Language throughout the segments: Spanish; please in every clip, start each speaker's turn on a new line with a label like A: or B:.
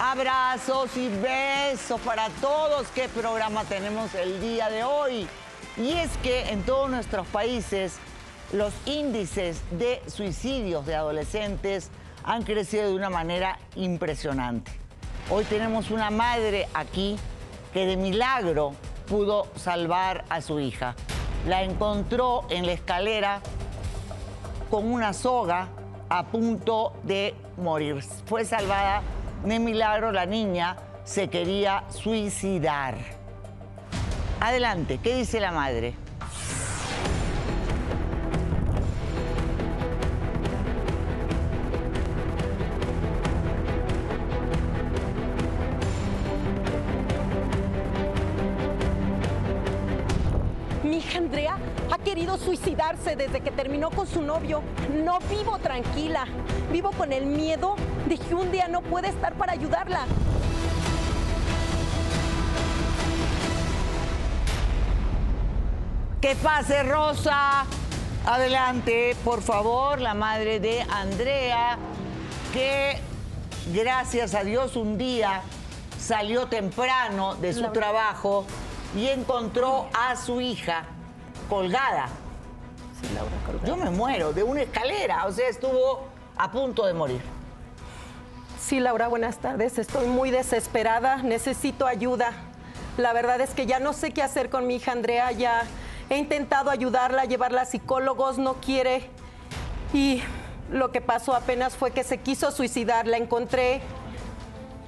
A: Abrazos y besos para todos. ¿Qué programa tenemos el día de hoy? Y es que en todos nuestros países los índices de suicidios de adolescentes han crecido de una manera impresionante. Hoy tenemos una madre aquí que de milagro pudo salvar a su hija. La encontró en la escalera con una soga a punto de morir. Fue salvada de milagro la niña, se quería suicidar. Adelante, ¿qué dice la madre?
B: Mi hija Andrea ha querido suicidarse desde que terminó con su novio. No vivo tranquila. Vivo con el miedo de que un día no pueda estar para ayudarla.
A: Que pase Rosa. Adelante, por favor, la madre de Andrea, que gracias a Dios un día salió temprano de su trabajo y encontró a su hija colgada. Yo me muero de una escalera, o sea, estuvo a punto de morir.
B: Sí, Laura, buenas tardes. Estoy muy desesperada. Necesito ayuda. La verdad es que ya no sé qué hacer con mi hija Andrea. Ya he intentado ayudarla, llevarla a psicólogos, no quiere. Y lo que pasó apenas fue que se quiso suicidar. La encontré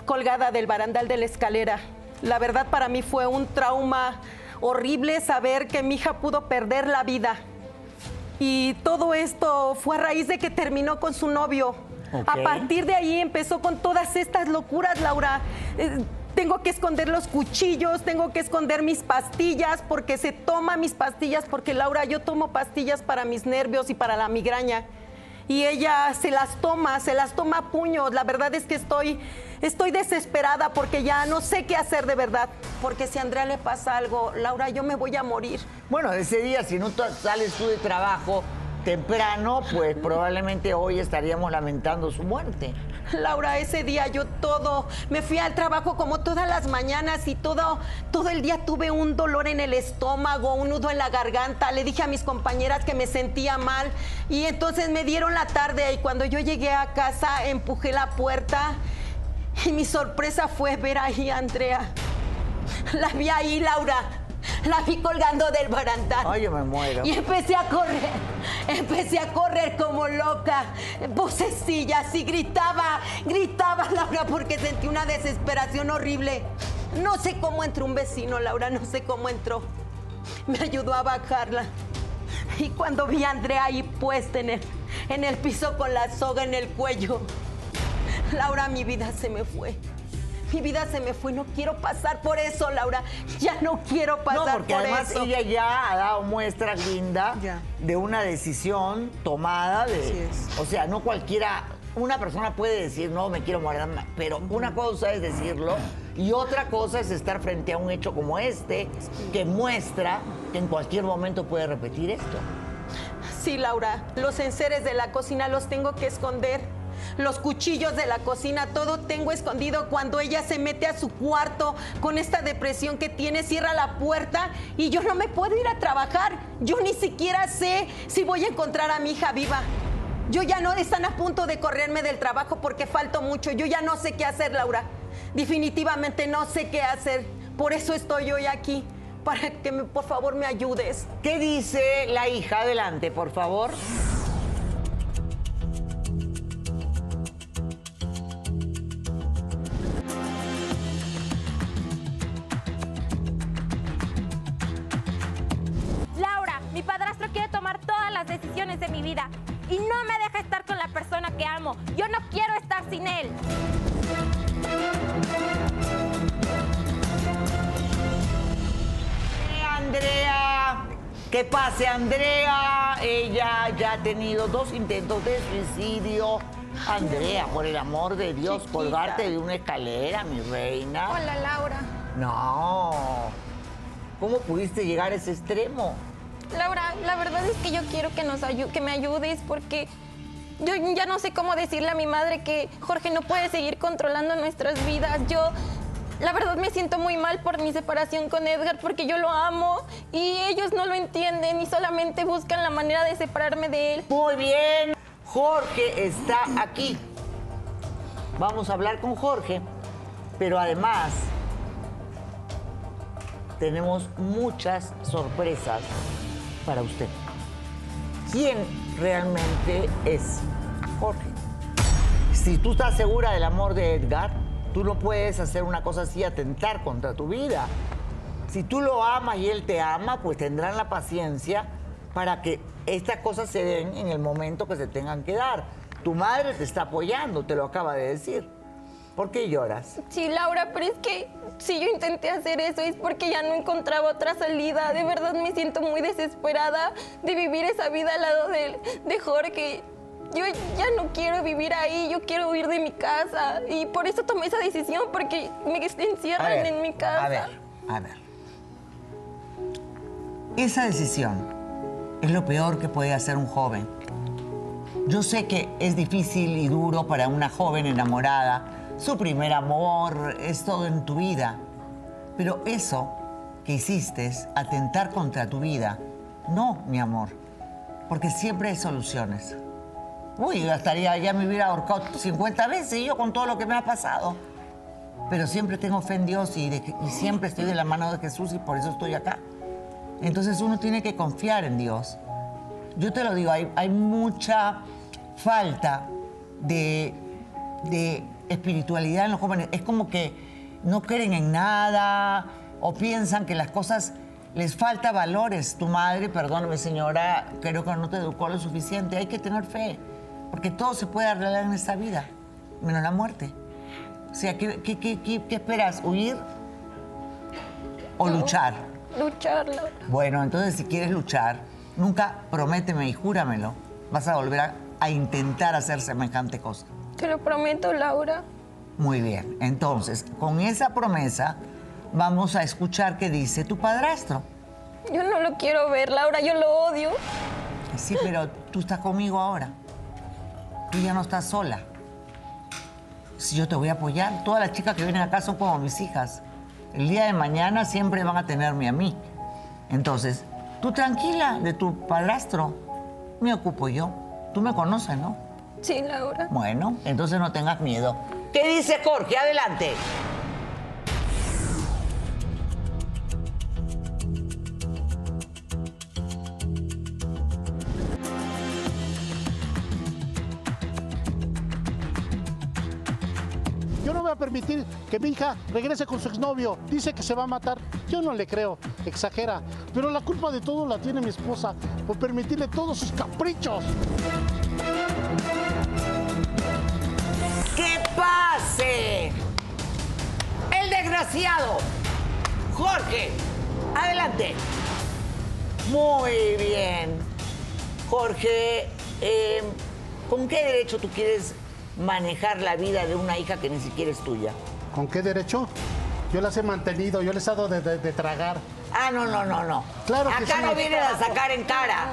B: colgada del barandal de la escalera. La verdad para mí fue un trauma horrible saber que mi hija pudo perder la vida. Y todo esto fue a raíz de que terminó con su novio.
A: Ok.
B: A partir de ahí empezó con todas estas locuras, Laura. Eh, tengo que esconder los cuchillos, tengo que esconder mis pastillas, porque se toma mis pastillas, porque Laura, yo tomo pastillas para mis nervios y para la migraña. Y ella se las toma, se las toma a puños. La verdad es que estoy, estoy desesperada porque ya no sé qué hacer de verdad. Porque si a Andrea le pasa algo, Laura, yo me voy a morir.
A: Bueno, ese día, si no ta- sales tú de trabajo temprano, pues probablemente hoy estaríamos lamentando su muerte.
B: Laura, ese día yo todo, me fui al trabajo como todas las mañanas y todo, todo el día tuve un dolor en el estómago, un nudo en la garganta. Le dije a mis compañeras que me sentía mal y entonces me dieron la tarde y cuando yo llegué a casa empujé la puerta y mi sorpresa fue ver ahí a Andrea. La vi ahí, Laura. La vi colgando del barandal.
A: Ay, yo me muero.
B: Y empecé a correr, empecé a correr como loca, vocecilla, así gritaba, gritaba Laura porque sentí una desesperación horrible. No sé cómo entró un vecino, Laura, no sé cómo entró. Me ayudó a bajarla. Y cuando vi a Andrea ahí puesta en el, en el piso con la soga en el cuello, Laura, mi vida se me fue. Mi vida se me fue, no quiero pasar por eso, Laura. Ya no quiero pasar
A: No, porque
B: por
A: además
B: eso.
A: ella ya ha dado muestras, Linda,
C: Ya.
A: de una decisión tomada
C: Así
A: de...
C: es.
A: O sea, no cualquiera... Una persona puede decir, no, me quiero morir, pero una cosa es decirlo y otra cosa es estar frente a un hecho como este que muestra que en cualquier momento puede repetir esto.
B: Sí, Laura, los enseres de la cocina los tengo que esconder. Los cuchillos de la cocina, todo tengo escondido. Cuando ella se mete a su cuarto con esta depresión que tiene, cierra la puerta y yo no me puedo ir a trabajar. Yo ni siquiera sé si voy a encontrar a mi hija viva. Yo ya no están a punto de correrme del trabajo porque falto mucho. Yo ya no sé qué hacer, Laura. Definitivamente no sé qué hacer. Por eso estoy hoy aquí, para que me- por favor me ayudes.
A: ¿Qué dice la hija? Adelante, por favor.
D: Laura, mi padrastro quiere tomar todas las decisiones de mi vida y no me deja estar con la persona que amo. Yo no quiero estar sin él.
A: Eh, Andrea, que pase Andrea. Ella ya ha tenido dos intentos de suicidio. Andrea, por el amor de Dios,
B: Chiquita.
A: colgarte de una escalera, mi reina.
E: Hola Laura.
A: No. ¿Cómo pudiste llegar a ese extremo?
E: Laura, la verdad es que yo quiero que nos ayu- que me ayudes porque
C: Yo ya no sé cómo decirle a mi madre que Jorge no puede seguir controlando nuestras vidas. Yo, la verdad, me siento muy mal por mi separación con Edgar porque yo lo amo y ellos no lo entienden y solamente buscan la manera de separarme de él.
A: Muy bien, Jorge está aquí. Vamos a hablar con Jorge, pero además tenemos muchas sorpresas para usted. ¿Quién realmente es Jorge? Si tú estás segura del amor de Edgar, tú no puedes hacer una cosa así, atentar contra tu vida. Si tú lo amas y él te ama, pues tendrán la paciencia para que estas cosas se den en el momento que se tengan que dar. Tu madre te está apoyando, te lo acaba de decir. ¿Por qué lloras?
C: Sí, Laura, pero es que si yo intenté hacer eso es porque ya no encontraba otra salida. De verdad me siento muy desesperada de vivir esa vida al lado de, de Jorge. Yo ya no quiero vivir ahí, yo quiero huir de mi casa. Y por eso tomé esa decisión, porque me encierran
A: A ver,
C: en mi casa.
A: A ver, a ver. Esa decisión es lo peor que puede hacer un joven. Yo sé que es difícil y duro para una joven enamorada. Su primer amor es todo en tu vida. Pero eso que hiciste, atentar contra tu vida, no, mi amor. Porque siempre hay soluciones. Uy, yo estaría, ya me hubiera ahorcado 50 veces yo con todo lo que me ha pasado pero siempre tengo fe en Dios y, de- y siempre estoy de la mano de Jesús y por eso estoy acá. Entonces uno tiene que confiar en Dios. Yo te lo digo, hay, hay mucha falta de, de espiritualidad en los jóvenes. Es como que no creen en nada o piensan que las cosas les falta valores. Tu madre, perdóname señora, creo que no te educó lo suficiente. Hay que tener fe, porque todo se puede arreglar en esta vida, menos la muerte. O sea, ¿qué, qué- qué- qué- qué esperas? ¿Huir o luchar?
C: Luchar, Laura.
A: Bueno, entonces si quieres luchar, nunca prométeme y júramelo. Vas a volver a, a intentar hacer semejante cosa.
C: Te lo prometo, Oh, Laura.
A: Muy bien, entonces, con esa promesa vamos a escuchar qué dice tu padrastro.
C: Yo no lo quiero ver, Laura, yo lo odio.
A: Sí, pero tú estás conmigo ahora. Tú ya no estás sola. Si yo te voy a apoyar, todas las chicas que vienen acá son como mis hijas. El día de mañana siempre van a tenerme a mí. Entonces, tú tranquila de tu padrastro. Me ocupo yo. Tú me conoces, ¿no?
C: Sí, Laura.
A: Bueno, entonces no tengas miedo. ¿Qué dice Jorge? Adelante.
E: Yo no voy a permitir que mi hija regrese con su exnovio. Dice que se va a matar. Yo no le creo, exagera. Pero la culpa de todo la tiene mi esposa por permitirle todos sus caprichos.
A: ¡Que pase! El desgraciado. Jorge, adelante. Muy bien. Jorge, eh, ¿con qué derecho tú quieres manejar la vida de una hija que ni siquiera es tuya?
E: ¿Con qué derecho? Yo las he mantenido, yo les he dado de, de- de tragar.
A: Ah, no, no, no, no.
E: Claro que
A: Acá
E: sí,
A: no
E: no.
A: vienes a sacar en cara.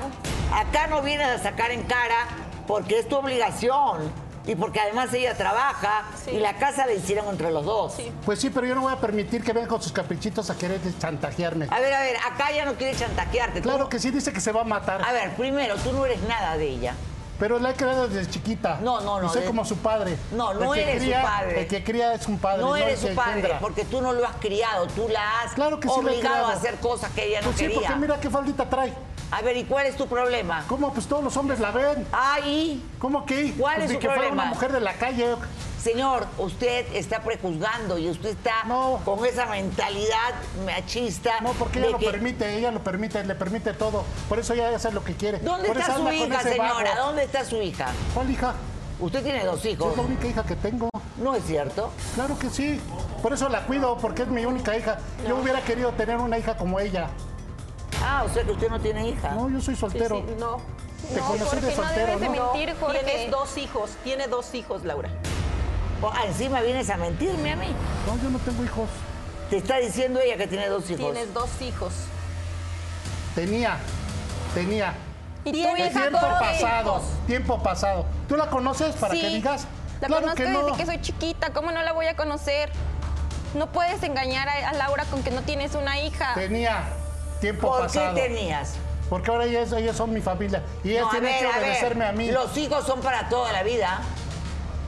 A: Acá no vienes a sacar en cara porque es tu obligación y porque además ella trabaja y la casa la hicieron entre los dos.
E: Pues sí, pero yo no voy a permitir que vengan con sus caprichitos a querer chantajearme.
A: A ver, a ver, acá ya no quiere chantajearte. tú
E: Claro
A: no-
E: que sí, dice que se va a matar.
A: A ver, primero, tú no eres nada de ella.
E: Pero la he creado desde chiquita.
A: No, no, no,
E: Y soy
A: de-
E: como su padre.
A: No, no
E: El que
A: eres su
E: cría-
A: padre.
E: El que cría es un padre.
A: no
E: el
A: eres
E: que
A: su padre,
E: engendra.
A: porque tú no lo has criado, tú la has
E: Claro que sí la he
A: obligado
E: criado.
A: a hacer cosas que ella no
E: Pues sí,
A: quería.
E: porque mira qué faldita trae.
A: A ver, ¿y cuál es tu problema?
E: ¿Cómo? Pues todos los hombres la ven.
A: Ahí,
E: ¿Cómo que?
A: ¿Cuál
E: Pues
A: es
E: ni
A: su
E: que fuera
A: problema?
E: una mujer de la calle.
A: señor, usted está prejuzgando y usted está
E: No.
A: con esa mentalidad machista.
E: No, porque
A: de
E: ella lo
A: que-
E: permite, ella lo permite, le permite todo. Por eso ella hace lo que quiere.
A: ¿Dónde
E: Por
A: está
E: eso
A: su
E: anda con
A: hija,
E: ese
A: señora?
E: vago.
A: ¿Dónde está su hija?
E: ¿Cuál hija?
A: Usted tiene dos hijos.
E: Es la única hija que tengo.
A: ¿No es cierto?
E: Claro que sí. Por eso la cuido, porque es mi única hija. Yo hubiera querido tener una hija como ella.
A: Ah, o sea que usted no tiene hija.
E: No, yo soy soltero.
B: No.
E: Te
B: no,
E: conocí de
C: Jorge, no
E: soltero,
C: debes de
E: ¿no?
B: no,
C: mentir, Jorge.
B: Tienes dos hijos, tiene dos hijos, Laura.
A: Ah, encima vienes a mentirme a mí.
E: No, yo no tengo hijos.
A: Te está diciendo ella que tiene dos hijos.
B: Tienes dos hijos.
E: Tenía, tenía.
C: Y tu
D: Tiene
C: hija
E: tiempo
C: Jorge.
E: pasado, tiempo pasado. ¿Tú la conoces para
C: Sí,
E: que digas?
C: La
E: claro
C: conozco
E: que no.
C: desde que soy chiquita, ¿cómo no la voy a conocer? No puedes engañar a, a Laura con que no tienes una hija.
E: Tenía tiempo
A: ¿Por qué
E: pasado.
A: tenías?
E: Porque ahora ellas, ellas son mi familia y ellas
A: No, a
E: tienen
A: ver,
E: que
A: a ver,
E: obedecerme a, mí.
A: Los hijos son para toda la vida.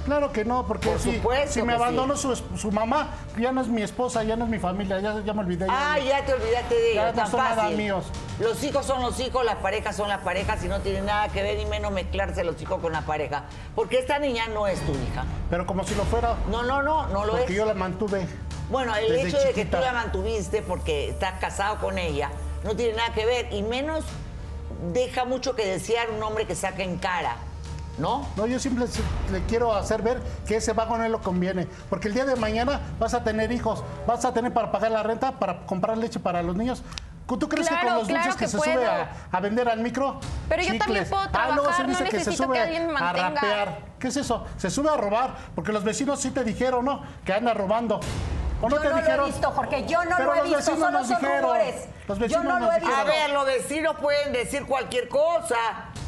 E: Claro que no, porque
A: Por
E: si,
A: supuesto
E: si
A: que
E: me
A: sí.
E: abandonó su, es- su mamá, ya no es mi esposa, ya no es mi familia, ya, ya me olvidé. ya
A: Ah,
E: no-
A: ya te olvidaste de
E: Ya
A: ellos.
E: no
A: tan
E: son nada
A: fácil.
E: míos.
A: Los hijos son los hijos, las parejas son las parejas y no tienen nada que ver y menos mezclarse los hijos con la pareja. Porque esta niña no es tu hija.
E: Pero como si lo fuera,
A: No, no, no, no lo
E: porque
A: es.
E: yo la mantuve.
A: Bueno, el
E: desde
A: hecho de que tú
E: chiquita.
A: la mantuviste porque estás casado con ella no tiene nada que ver y menos deja mucho que desear un hombre que saque en cara, ¿no?
E: No, yo simple si- le quiero hacer ver que ese vago no le conviene. Porque el día de mañana vas a tener hijos, vas a tener para pagar la renta, para comprar leche para los niños. ¿Tú crees que
C: Claro,
E: con los
C: claro
E: dulces que,
C: que
E: se
C: puedo.
E: sube a, a vender al micro?
C: Pero yo también puedo
E: Ah, luego se
C: trabajar,
E: dice
C: no
E: que se
C: necesito
E: sube
C: que alguien me
E: a
C: mantenga.
E: rapear. ¿Qué es eso? Se sube a robar, porque los vecinos sí te dijeron, ¿no? Que anda robando. ¿O no
F: Yo
E: te
F: no
E: dijeron?
F: lo he visto, Jorge, yo no
E: Pero
F: lo he
E: los
F: visto,
E: vecinos
F: solo
E: nos
F: son
E: dijeron.
F: rumores.
E: Los
F: Yo
E: vecinos
F: no
E: nos
F: lo he
E: dijeron.
F: visto.
A: A ver, los vecinos pueden decir cualquier cosa.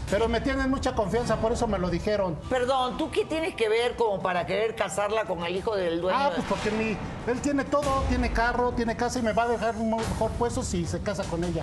E: Pero me tienen mucha confianza, por eso me lo dijeron.
A: Perdón, ¿tú qué tienes que ver como para querer casarla con el hijo del dueño?
E: Ah, pues porque mi, él tiene todo, tiene carro, tiene casa y me va a dejar un mejor puesto si se casa con ella.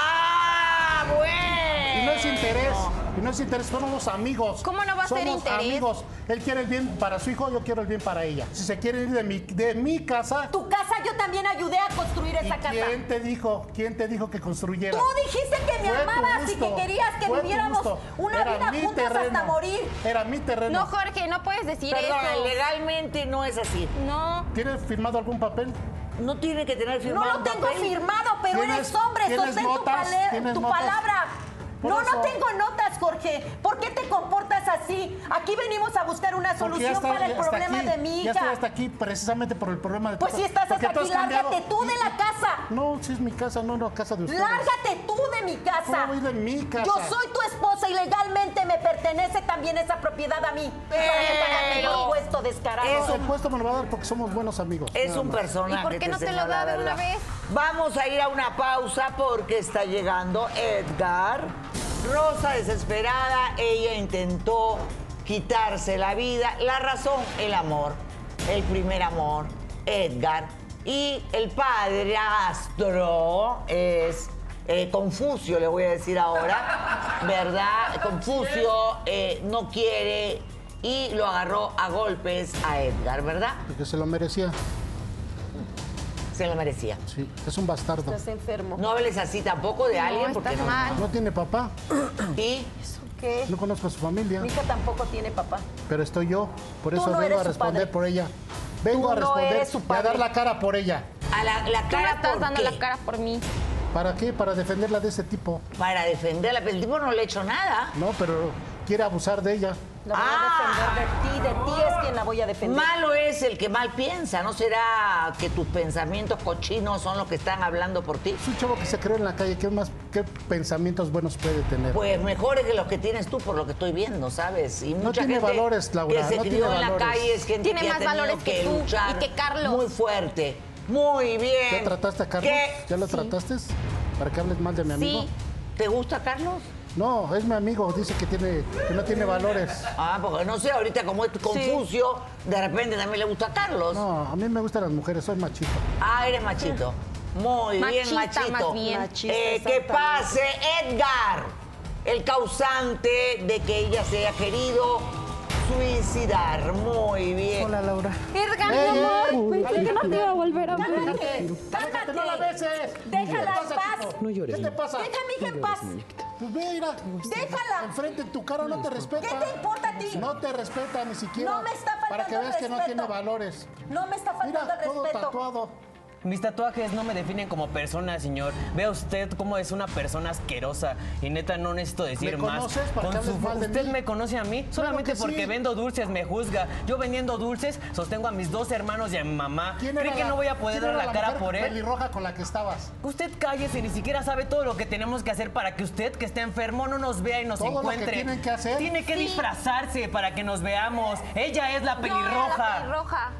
A: ¡Ah, bueno!
E: Y no es interés, y no es interés, somos amigos.
C: ¿Cómo no va a ser
E: somos
C: interés?
E: amigos. Él quiere el bien para su hijo, yo quiero el bien para ella. Si se quiere ir de mi, de mi casa,
F: Tu casa yo también ayudé a construir
E: ¿y
F: esa casa.
E: ¿quién te dijo? ¿Quién te dijo que construyera?
F: Tú dijiste que me
E: Fue tu
F: amabas y que
E: gusto,
F: querías que
E: fue tu
F: viviéramos
E: gusto.
F: una
E: Era
F: vida
E: mi
F: juntas hasta
E: terreno,
F: morir.
E: Era mi terreno.
C: No, Jorge, no puedes decir
A: Perdón,
C: eso.
A: legalmente no es así.
C: No.
E: ¿Tienes firmado algún papel?
A: No tiene que tener
F: No
A: firmado
F: lo
A: un
F: tengo
A: papel.
F: firmado, pero
E: ¿Tienes-
F: eres hombre,
E: tienes
F: sostén tu,
E: notas?
F: pale-
E: ¿Tienes
F: tu
E: notas?
F: palabra.
E: Por
F: no, no
E: eso.
F: tengo notas, Jorge. ¿Por qué te comportas así? Aquí venimos a buscar una
E: Porque ya
F: solución
E: está-
F: para el
E: ya está
F: problema
E: aquí,
F: de mi
E: Ya estoy
F: hija.
E: hasta aquí precisamente por el problema de tu
F: Pues
E: casa.
F: si estás
E: Porque
F: hasta aquí,
E: cambiado.
F: lárgate tú de la casa.
E: No, si es mi casa, no la casa de ustedes.
F: Lárgate tú de mi casa.
E: ¿Cómo voy de mi casa?
F: Yo soy tu esposa y legalmente me pertenece también esa propiedad a mí. Págame el impuesto descarado.
E: Eso el puesto me lo va a dar porque somos buenos amigos.
A: Es
E: nada
A: un
E: más.
A: personaje.
C: ¿Y por qué no te lo
A: señala
C: da de
A: la
C: una
A: verdad.
C: vez?
A: Vamos a ir a una pausa porque está llegando Edgar. Rosa desesperada, ella intentó quitarse la vida. La razón, el amor. El primer amor, Edgar. Y el padrastro es eh, Confucio, le voy a decir ahora. ¿Verdad? Confucio eh, no quiere y lo agarró a golpes a Edgar, ¿verdad?
E: Porque se lo merecía.
A: Se lo merecía.
E: Sí, es un bastardo.
F: Estás enfermo.
A: No hables así tampoco de alguien porque no.
E: No tiene papá,
A: Y
F: ¿Qué?
E: no conozco a su familia,
F: Eh. Mi hija tampoco tiene papá.
E: pero estoy yo. Por
F: Tú
E: eso
F: no
E: vengo
F: eres
E: a
F: su
E: responder
F: padre.
E: por ella. Vengo
F: Tú
E: a
F: no
E: responder
F: eres su
E: y a dar
F: padre.
E: la cara por ella.
A: a la, la
C: Tú no
A: cara
C: estás
A: ¿por
C: dando
A: qué?
C: la cara por mí.
E: ¿Para qué? Para defenderla de ese tipo.
A: Para defenderla, pero el tipo no le ha hecho nada.
E: No, pero quiere abusar de ella.
F: La voy
A: Ah.
F: a defender de ti, de ti es quien la voy a defender.
A: Malo eh. es el que mal piensa, ¿no será que tus pensamientos cochinos son los que están hablando por ti?
E: Es un chavo que se cree en la calle. ¿Qué más, qué pensamientos buenos puede tener?
A: Pues mejores que los que tienes tú, por lo que estoy viendo, ¿sabes? Y mucha
E: tiene
A: gente
E: valores, Laura,
A: que se
E: no
A: crió
E: tiene
A: en la
E: valores.
A: calle es gente
C: Tiene
A: que ha
C: más
A: tenido
C: valores que tú y
A: luchar
C: que Carlos.
A: Muy fuerte, muy bien.
E: ¿Ya trataste a Carlos?
A: ¿Qué?
E: ¿Ya lo trataste? ¿Para que hables mal de mi amigo?
C: Sí.
A: ¿Te gusta Carlos?
E: No, es mi amigo. Dice que, tiene, que no tiene valores.
A: Ah, porque no sé, ahorita como es Confucio, de repente también le gusta a Carlos.
E: No, a mí me gustan las mujeres. Soy machito.
A: Ah, eres machito. Muy bien,
C: Machista,
A: machito.
C: más bien.
F: Machista,
A: Eh, que
F: exactamente.
A: pase Edgar, el causante de que ella se haya querido suicidar. Muy bien.
E: Laura.
C: Edgar,
E: Ey,
C: mi amor,
E: ey,
C: pensé que no te iba a volver a ver.
E: Déjate, déjate, no la beses.
F: Déjala en paz.
E: No llores. ¿Qué te pasa?
F: Deja a mi hija en paz.
E: Pues ve, mira.
F: Déjala.
E: Enfrente en tu cara no te respeta.
F: ¿Qué te importa a ti?
E: No te respeta ni siquiera.
F: No me está faltando
E: Para que
F: el
E: veas que no
F: respeto.
E: tiene valores.
F: No me está faltando
E: Mira,
F: el
E: todo
F: respeto.
E: tatuado.
G: Mis tatuajes no me definen como persona, señor. Vea usted cómo es una persona asquerosa. Y neta, no necesito decir
E: ¿Me
G: más.
E: conoces para que
G: Con su-
E: hables mal de
G: ¿Usted
E: mí?
G: me conoce a mí? Solamente
E: que
G: porque
E: sí.
G: vendo dulces me juzga. Yo vendiendo dulces sostengo a mis dos hermanos y a mi mamá.
E: ¿Quién
G: ¿Cree
E: era
G: que
E: la-
G: no voy a poder
E: quién
G: dar
E: era
G: la cara
E: mujer
G: por él?
E: pelirroja con la que estabas.
G: Usted cállese, ni siquiera sabe todo lo que tenemos que hacer para que usted, que está enfermo, no nos vea y nos
E: Todo lo que
G: encuentre.
E: tienen que hacer.
G: Tiene que disfrazarse para que nos veamos. Ella es la
C: Yo era
G: pelirroja.
C: la pelirroja.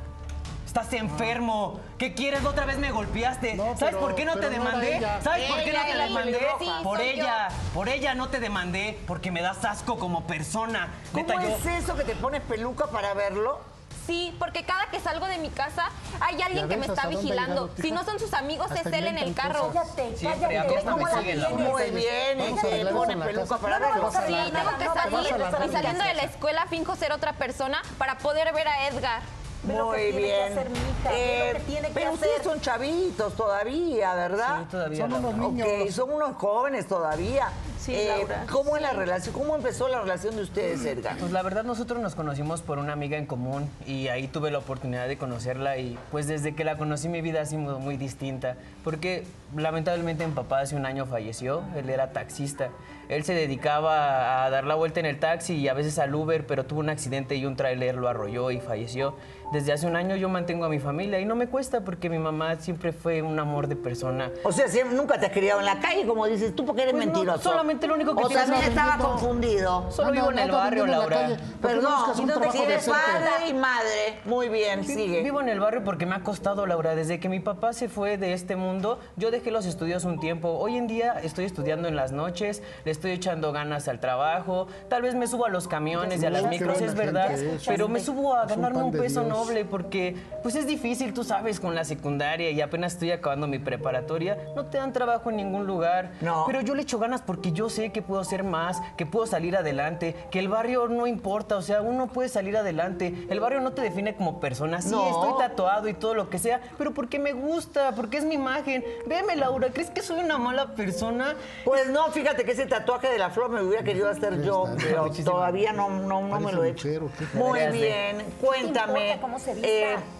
G: Estás enfermo. ¿Qué quieres? Otra vez me golpeaste.
E: No,
G: ¿Sabes
E: pero-
G: por qué no te
E: pero no era
G: demandé?
E: ella.
G: ¿Sabes por qué no
C: Ella
G: te
C: era la
G: demandé?
C: pelirroja.
G: por
C: Sí, soy yo.
G: ella. Por ella no te demandé porque me das asco como persona.
A: ¿Cómo
G: Neta, yo-
A: es eso que te pones peluca para verlo?
D: Sí, porque cada que salgo de mi casa hay alguien
E: ¿Ya
D: que me
E: ves
D: está
E: hasta dónde ha
D: vigilando.
E: llegado,
D: Si
E: hija?
D: no son sus amigos, es
E: Hasta
D: él en el
E: inventan
D: carro.
E: cosas.
F: Cállate,
G: Siempre
F: cállate, ve
G: acuérdame,
F: cómo la
G: síguela.
F: tienes.
A: Muy bien,
E: Vamos a
A: y te
E: arreglar eso
A: pones
E: en la
A: peluca
E: casa.
A: para
F: No, no,
A: verlo.
F: vamos a
D: Sí,
F: arreglar
D: tengo
F: nada,
D: que
F: no, vamos a
D: salir
F: arreglar
D: y
F: nada.
D: saliendo de la escuela finjo ser otra persona para poder ver a Edgar.
F: Ve lo que
A: Muy
F: tiene que
A: bien. Eh,
F: hacer, mija, ve lo que tiene que
A: pero ustedes
F: hacer.
A: son chavitos todavía, ¿verdad?
G: Sí, todavía,
E: Son unos
A: Ok,
E: niños.
A: son unos jóvenes todavía. Eh,
B: Sí, Laura,
A: ¿Cómo es la relación? ¿Cómo empezó la relación de ustedes, Edgar?
G: Pues la verdad nosotros nos conocimos por una amiga en común y ahí tuve la oportunidad de conocerla y pues desde que la conocí mi vida ha sido muy distinta porque lamentablemente mi papá hace un año falleció, él era taxista, él se dedicaba a dar la vuelta en el taxi y a veces al Uber pero tuvo un accidente y un tráiler lo arrolló y falleció. Desde hace un año yo mantengo a mi familia y no me cuesta porque mi mamá siempre fue un amor de persona.
A: O sea, siempre- nunca te has criado en la calle, como dices tú, porque eres
G: Pues no,
A: mentiroso.
G: solamente lo único que
A: O
G: tienes-
A: también
G: no,
A: estaba
E: no.
A: confundido.
G: Solo vivo en el barrio, Laura.
A: Perdón,
E: Perdón,
A: no
E: trabajo
A: tienes
E: decente?
A: padre y madre. Muy bien, sigue.
G: Vivo en el barrio porque me ha costado, Laura. Desde que mi papá se fue de este mundo, yo dejé los estudios un tiempo. Hoy en día estoy estudiando en las noches, le estoy echando ganas al trabajo. Tal vez me subo a los camiones y a las
E: Mira, qué
G: micros,
E: buena
G: es verdad.
E: gente es.
G: Pero me subo a
E: Es un
G: ganarme
E: pan
G: un
E: de
G: peso
E: Dios.
G: noble porque pues es difícil, tú sabes, con la secundaria y apenas estoy acabando mi preparatoria. No te dan trabajo en ningún lugar.
A: No.
G: Pero yo le echo ganas porque yo sé que puedo hacer más, que puedo salir adelante, que el barrio no importa, o sea, uno puede salir adelante. El barrio no te define como persona. Sí,
A: No.
G: estoy tatuado y todo lo que sea, pero porque me gusta, porque es mi imagen. Veme, Laura, ¿crees que soy una mala persona?
A: Pues no, fíjate que ese tatuaje de la flor me hubiera querido hacer yo,
E: está,
A: pero
E: muchísimo.
A: todavía no, no, no me
E: Parece
A: lo he hecho.
E: muchero, qué
A: Muy
G: Deberías de-
A: bien, cuéntame,
F: importa cómo se vista?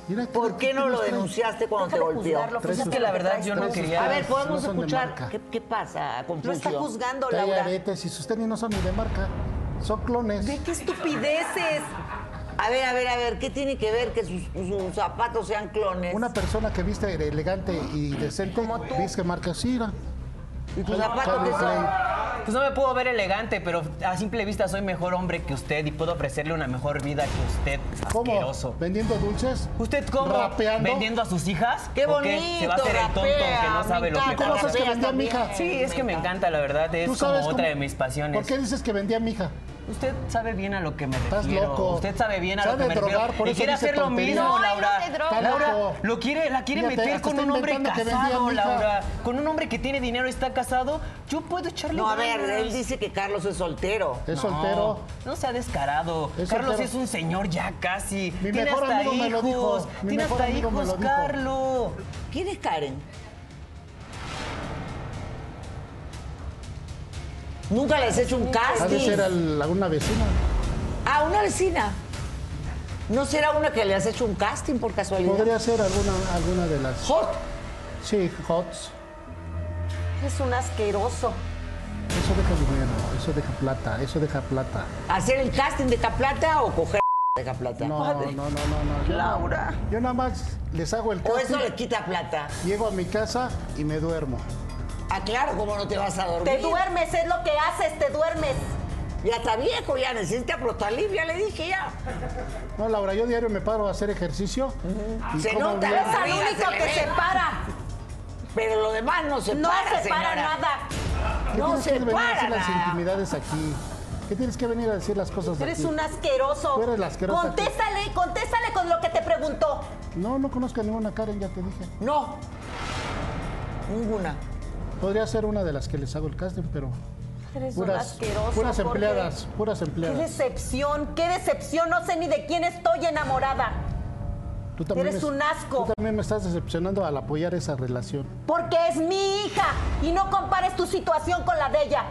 E: Mira,
A: Eh, ¿por qué
E: ¿qué
A: no
E: nos
A: lo
E: traes?
A: denunciaste cuando te
F: Deja de
A: golpeó?
F: juzgarlo,
E: Pues es
F: fíjate
E: que la
F: lo
G: verdad
F: traes
G: yo no
F: tú.
G: quería-
A: A
G: ya,
A: ver, podemos
E: no son de
A: escuchar,
E: marca.
A: ¿qué, qué pasa,
F: Lo está
A: Confucio?
F: juzgando,
E: Trae
F: Laura.
E: aretes y sus tenis no son ni de marca, son clones.
F: Ve qué eh. estupideces.
A: A ver, a ver, a ver, ¿qué tiene que ver que sus, sus zapatos sean clones?
E: Una persona que viste elegante y decente, dice que marca Sira.
A: ¿Y tus zapatos qué son?
G: Pues no me puedo ver elegante, pero a simple vista soy mejor hombre que usted y puedo ofrecerle una mejor vida que usted.
E: ¿Cómo?
G: Asqueroso.
E: ¿Vendiendo dulces?
G: ¿Usted cómo?
E: ¿Rapeando?
G: ¿Vendiendo a sus hijas?
A: ¡Qué
G: ¿O
A: bonito!
G: Se va a hacer el tonto
A: rapea,
G: que no sabe
A: me
G: lo que
A: encanta,
E: ¿Cómo
G: pasa.
E: sabes que
A: rapea
E: vendía mi
A: también.
E: hija?
G: Sí, es que me encanta, la verdad. Es como otra
E: cómo-
G: de mis pasiones.
E: ¿Por qué dices que vendía a mi hija?
G: Usted sabe bien a lo que me refiero.
E: Estás loco.
G: Usted sabe bien a
E: Sabe
G: lo que me
E: drogar,
G: refiero.
E: por
G: y
E: eso
G: quiere
E: dice
G: hacer lo
E: tonterías.
G: mismo,
E: No, él no
G: Laura.
D: se droga.
G: Laura,
E: Loco.
G: lo quiere, la quiere
E: Fíjate,
G: meter
E: hasta
G: con
E: está
G: un hombre
E: inventando que vendía a
G: casado,
E: mi hija.
G: Laura. Con un hombre que tiene dinero y está casado, yo puedo echarle
A: No, a ver,
G: ganas.
A: él dice que Carlos es soltero.
E: Es
G: No,
E: soltero.
G: No se ha descarado.
E: Es
G: Carlos
E: soltero.
G: es un señor ya casi.
E: Mi
G: tiene
E: mejor
G: hasta
E: amigo
G: hijos.
E: me lo dijo. Mi
G: Tiene
E: mejor
G: hasta
E: amigo me
G: hijos,
E: lo dijo.
G: Carlos.
A: ¿Quién es Karen? Nunca les he hecho un
E: Ha de
A: casting.
E: ser al- alguna vecina.
A: Ah, una vecina. ¿No será una que le has hecho un casting por casualidad?
E: Podría ser alguna, alguna de las.
A: Hot.
E: Sí, Hots.
F: Es un asqueroso.
E: Eso deja dinero, eso deja plata, eso deja plata.
A: ¿Hacer el casting de Caplata o coger de Caplata?
E: No, no, no, no, no. Yo-
B: Laura.
E: Yo nada más les hago el
A: O
E: casting,
A: eso le quita plata.
E: llego a mi casa y me duermo.
A: Ah, claro, ¿cómo no te vas a dormir?
F: Te duermes, es lo que haces, te duermes.
A: Ya está viejo, ya necesita protalip, ya le dije ya.
E: No, Laura, yo diario me paro a hacer ejercicio. y
A: Se
E: como
A: nota
E: bien.
A: la
F: Es al
A: Mira,
F: único
A: se le
F: que
A: ve.
F: se para.
A: Pero lo demás no se
F: No
A: para,
F: se para
A: señora.
F: nada.
E: ¿Qué
A: No
E: tienes
A: se
E: que venir a
A: para
E: decir las
A: nada.
E: intimidades aquí? ¿Qué tienes que venir a decir las cosas
F: Eres
E: aquí?
F: un asqueroso.
E: Tú eres la asquerosa que-
F: Contéstale, contéstale con lo que te preguntó.
E: No, no conozco a ninguna Karen, ya te dije.
A: No. Ninguna.
E: Podría ser una de las que les hago el casting, pero
F: Eres un
E: puras,
F: asqueroso.
E: puras
F: Jorge.
E: empleadas, puras
F: Qué
E: empleadas.
F: decepción, qué decepción. No sé ni de quién estoy enamorada.
E: Tú también
F: Eres
E: me-
F: un asco.
E: Tú también me estás decepcionando al apoyar esa relación.
F: Porque es mi hija y no compares tu situación con la de ella.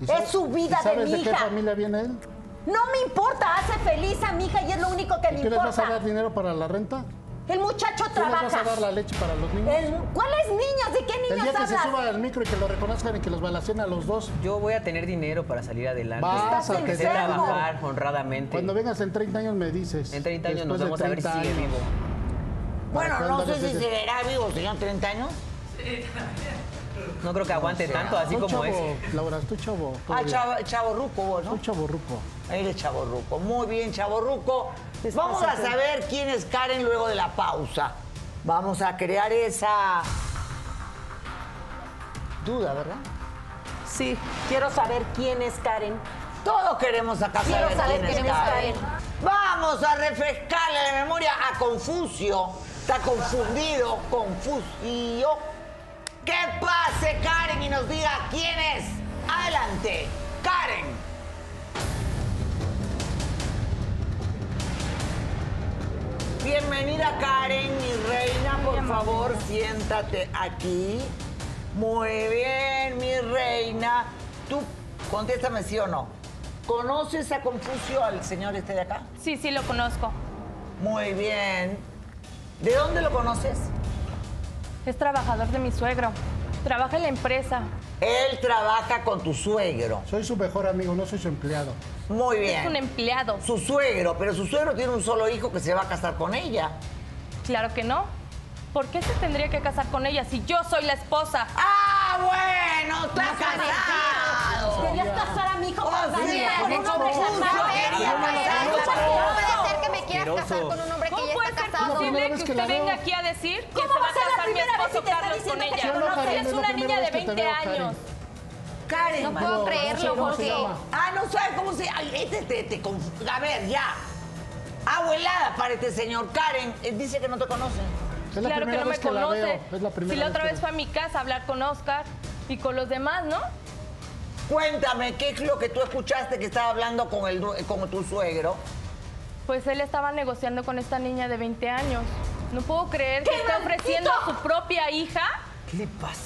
E: ¿Y
F: Es
E: sabes-
F: su vida
E: ¿y sabes
F: de mi
E: de qué
F: hija.
E: familia viene él?
F: No me importa, hace feliz a mi hija y es lo único que me
E: ¿Tú les vas a
F: importa.
E: dar dinero para la renta?
F: El muchacho
E: ¿Tú les vas a dar
F: trabaja.
E: la leche para los niños?
F: El- ¿Cuáles niños? ¿De qué
E: El
F: niños
E: día que se
F: hablas?
E: suba al micro y que lo reconozcan y que los balacen a los dos,
G: Yo voy a tener dinero para salir adelante.
E: Vas
F: a
G: Sé
F: tener.
G: trabajar honradamente.
E: cuando vengas en 30 años me dices.
G: en 30 años nos
E: después
G: vamos
E: de
G: a ver si
E: 30
G: sigue
E: años.
G: vivo.
A: Bueno,
E: ¿Para
A: no
E: cuándo
A: sé si
E: haces
A: se verá vivo, señor, 30 años.
G: No creo que aguante tanto así
E: Estoy
G: como
E: chavo,
G: es.
E: Laura, estoy chavo.
A: Ah,
E: todavía.
A: chavo, chavorruco vos, ¿no?
E: Soy chavorruco.
A: Eres chaborruco. Muy bien, chaborruco.
F: Despacito.
A: Vamos a saber quién es Karen luego de la pausa. Vamos a crear esa duda, ¿verdad?
B: Sí,
F: Quiero saber quién es Karen.
A: Todos queremos acá
F: Quiero
A: saber,
F: saber
A: quién
F: quién
A: es
F: es
A: Karen. Vamos a refrescarle la memoria a Confucio. Está confundido, Confucio. Que pase Karen y nos diga quién es. Adelante, Karen. Bienvenida Karen, mi reina, por favor, siéntate aquí. Muy bien, mi reina. Tú, contéstame sí o no. ¿Conoces a Confucio, al señor este de acá?
D: Sí, sí, lo conozco.
A: Muy bien. ¿De dónde lo conoces?
D: Es trabajador de mi suegro. Trabaja en la empresa.
A: Él trabaja con tu suegro.
E: Soy su mejor amigo, no soy su empleado.
A: Muy
D: Es un
A: bien.
D: empleado.
A: Su suegro, pero su suegro tiene un solo hijo que se va a casar con ella.
D: Claro que no. ¿Por qué se tendría que casar con ella si yo soy la esposa?
A: ¡Ah, bueno! ¡Está casado!
F: Querías casar a mi hijo
A: Oh,
H: Ah,
F: con
A: sí,
F: Daniel,
A: con
F: con un hombre
A: Confucio.
F: casado.
A: Quería casar
F: Escucha,
A: con
F: ¿cómo
A: Confucio.
F: puede ser que
H: me quieras casar
G: Asqueroso.
H: con un hombre que
D: ¿Cómo
H: ya
D: puede
H: está
D: ser
H: casado?
E: primera
D: posible que
E: vez que
D: usted
E: la veo.
D: venga aquí a decir que se
F: ¿Cómo
D: va
F: va
D: a
F: a ser la
D: casar mi
F: primera vez
D: esposo
F: que te está
D: Carlos con
F: diciendo que
D: ella?
E: yo no,
D: Si
E: Karen, es
D: es
E: la
D: una
E: primera
D: niña de
E: vez que
D: 20
E: te veo, Karen.
D: años.
A: Karen.
H: No puedo creerlo,
E: ¿cómo se
H: porque
E: llama?
A: Ah, no sabe cómo se. Ay, este te, te conf- A ver, ya. Abuelada para este señor. Karen eh, dice que no te conoce.
E: Es la
D: Claro que
E: primera
D: no me
E: vez que la
D: conoce.
E: veo. Es la primera
D: si la otra
E: que
D: vez fue a mi casa a hablar con Oscar y con los demás, ¿no?
A: Cuéntame, ¿qué es lo que tú escuchaste que estaba hablando con, el, due- con tu suegro?
D: Pues él estaba negociando con esta niña de 20 años. No puedo creer que
F: ¡Qué
D: está
F: maldito!
D: ofreciendo a su propia hija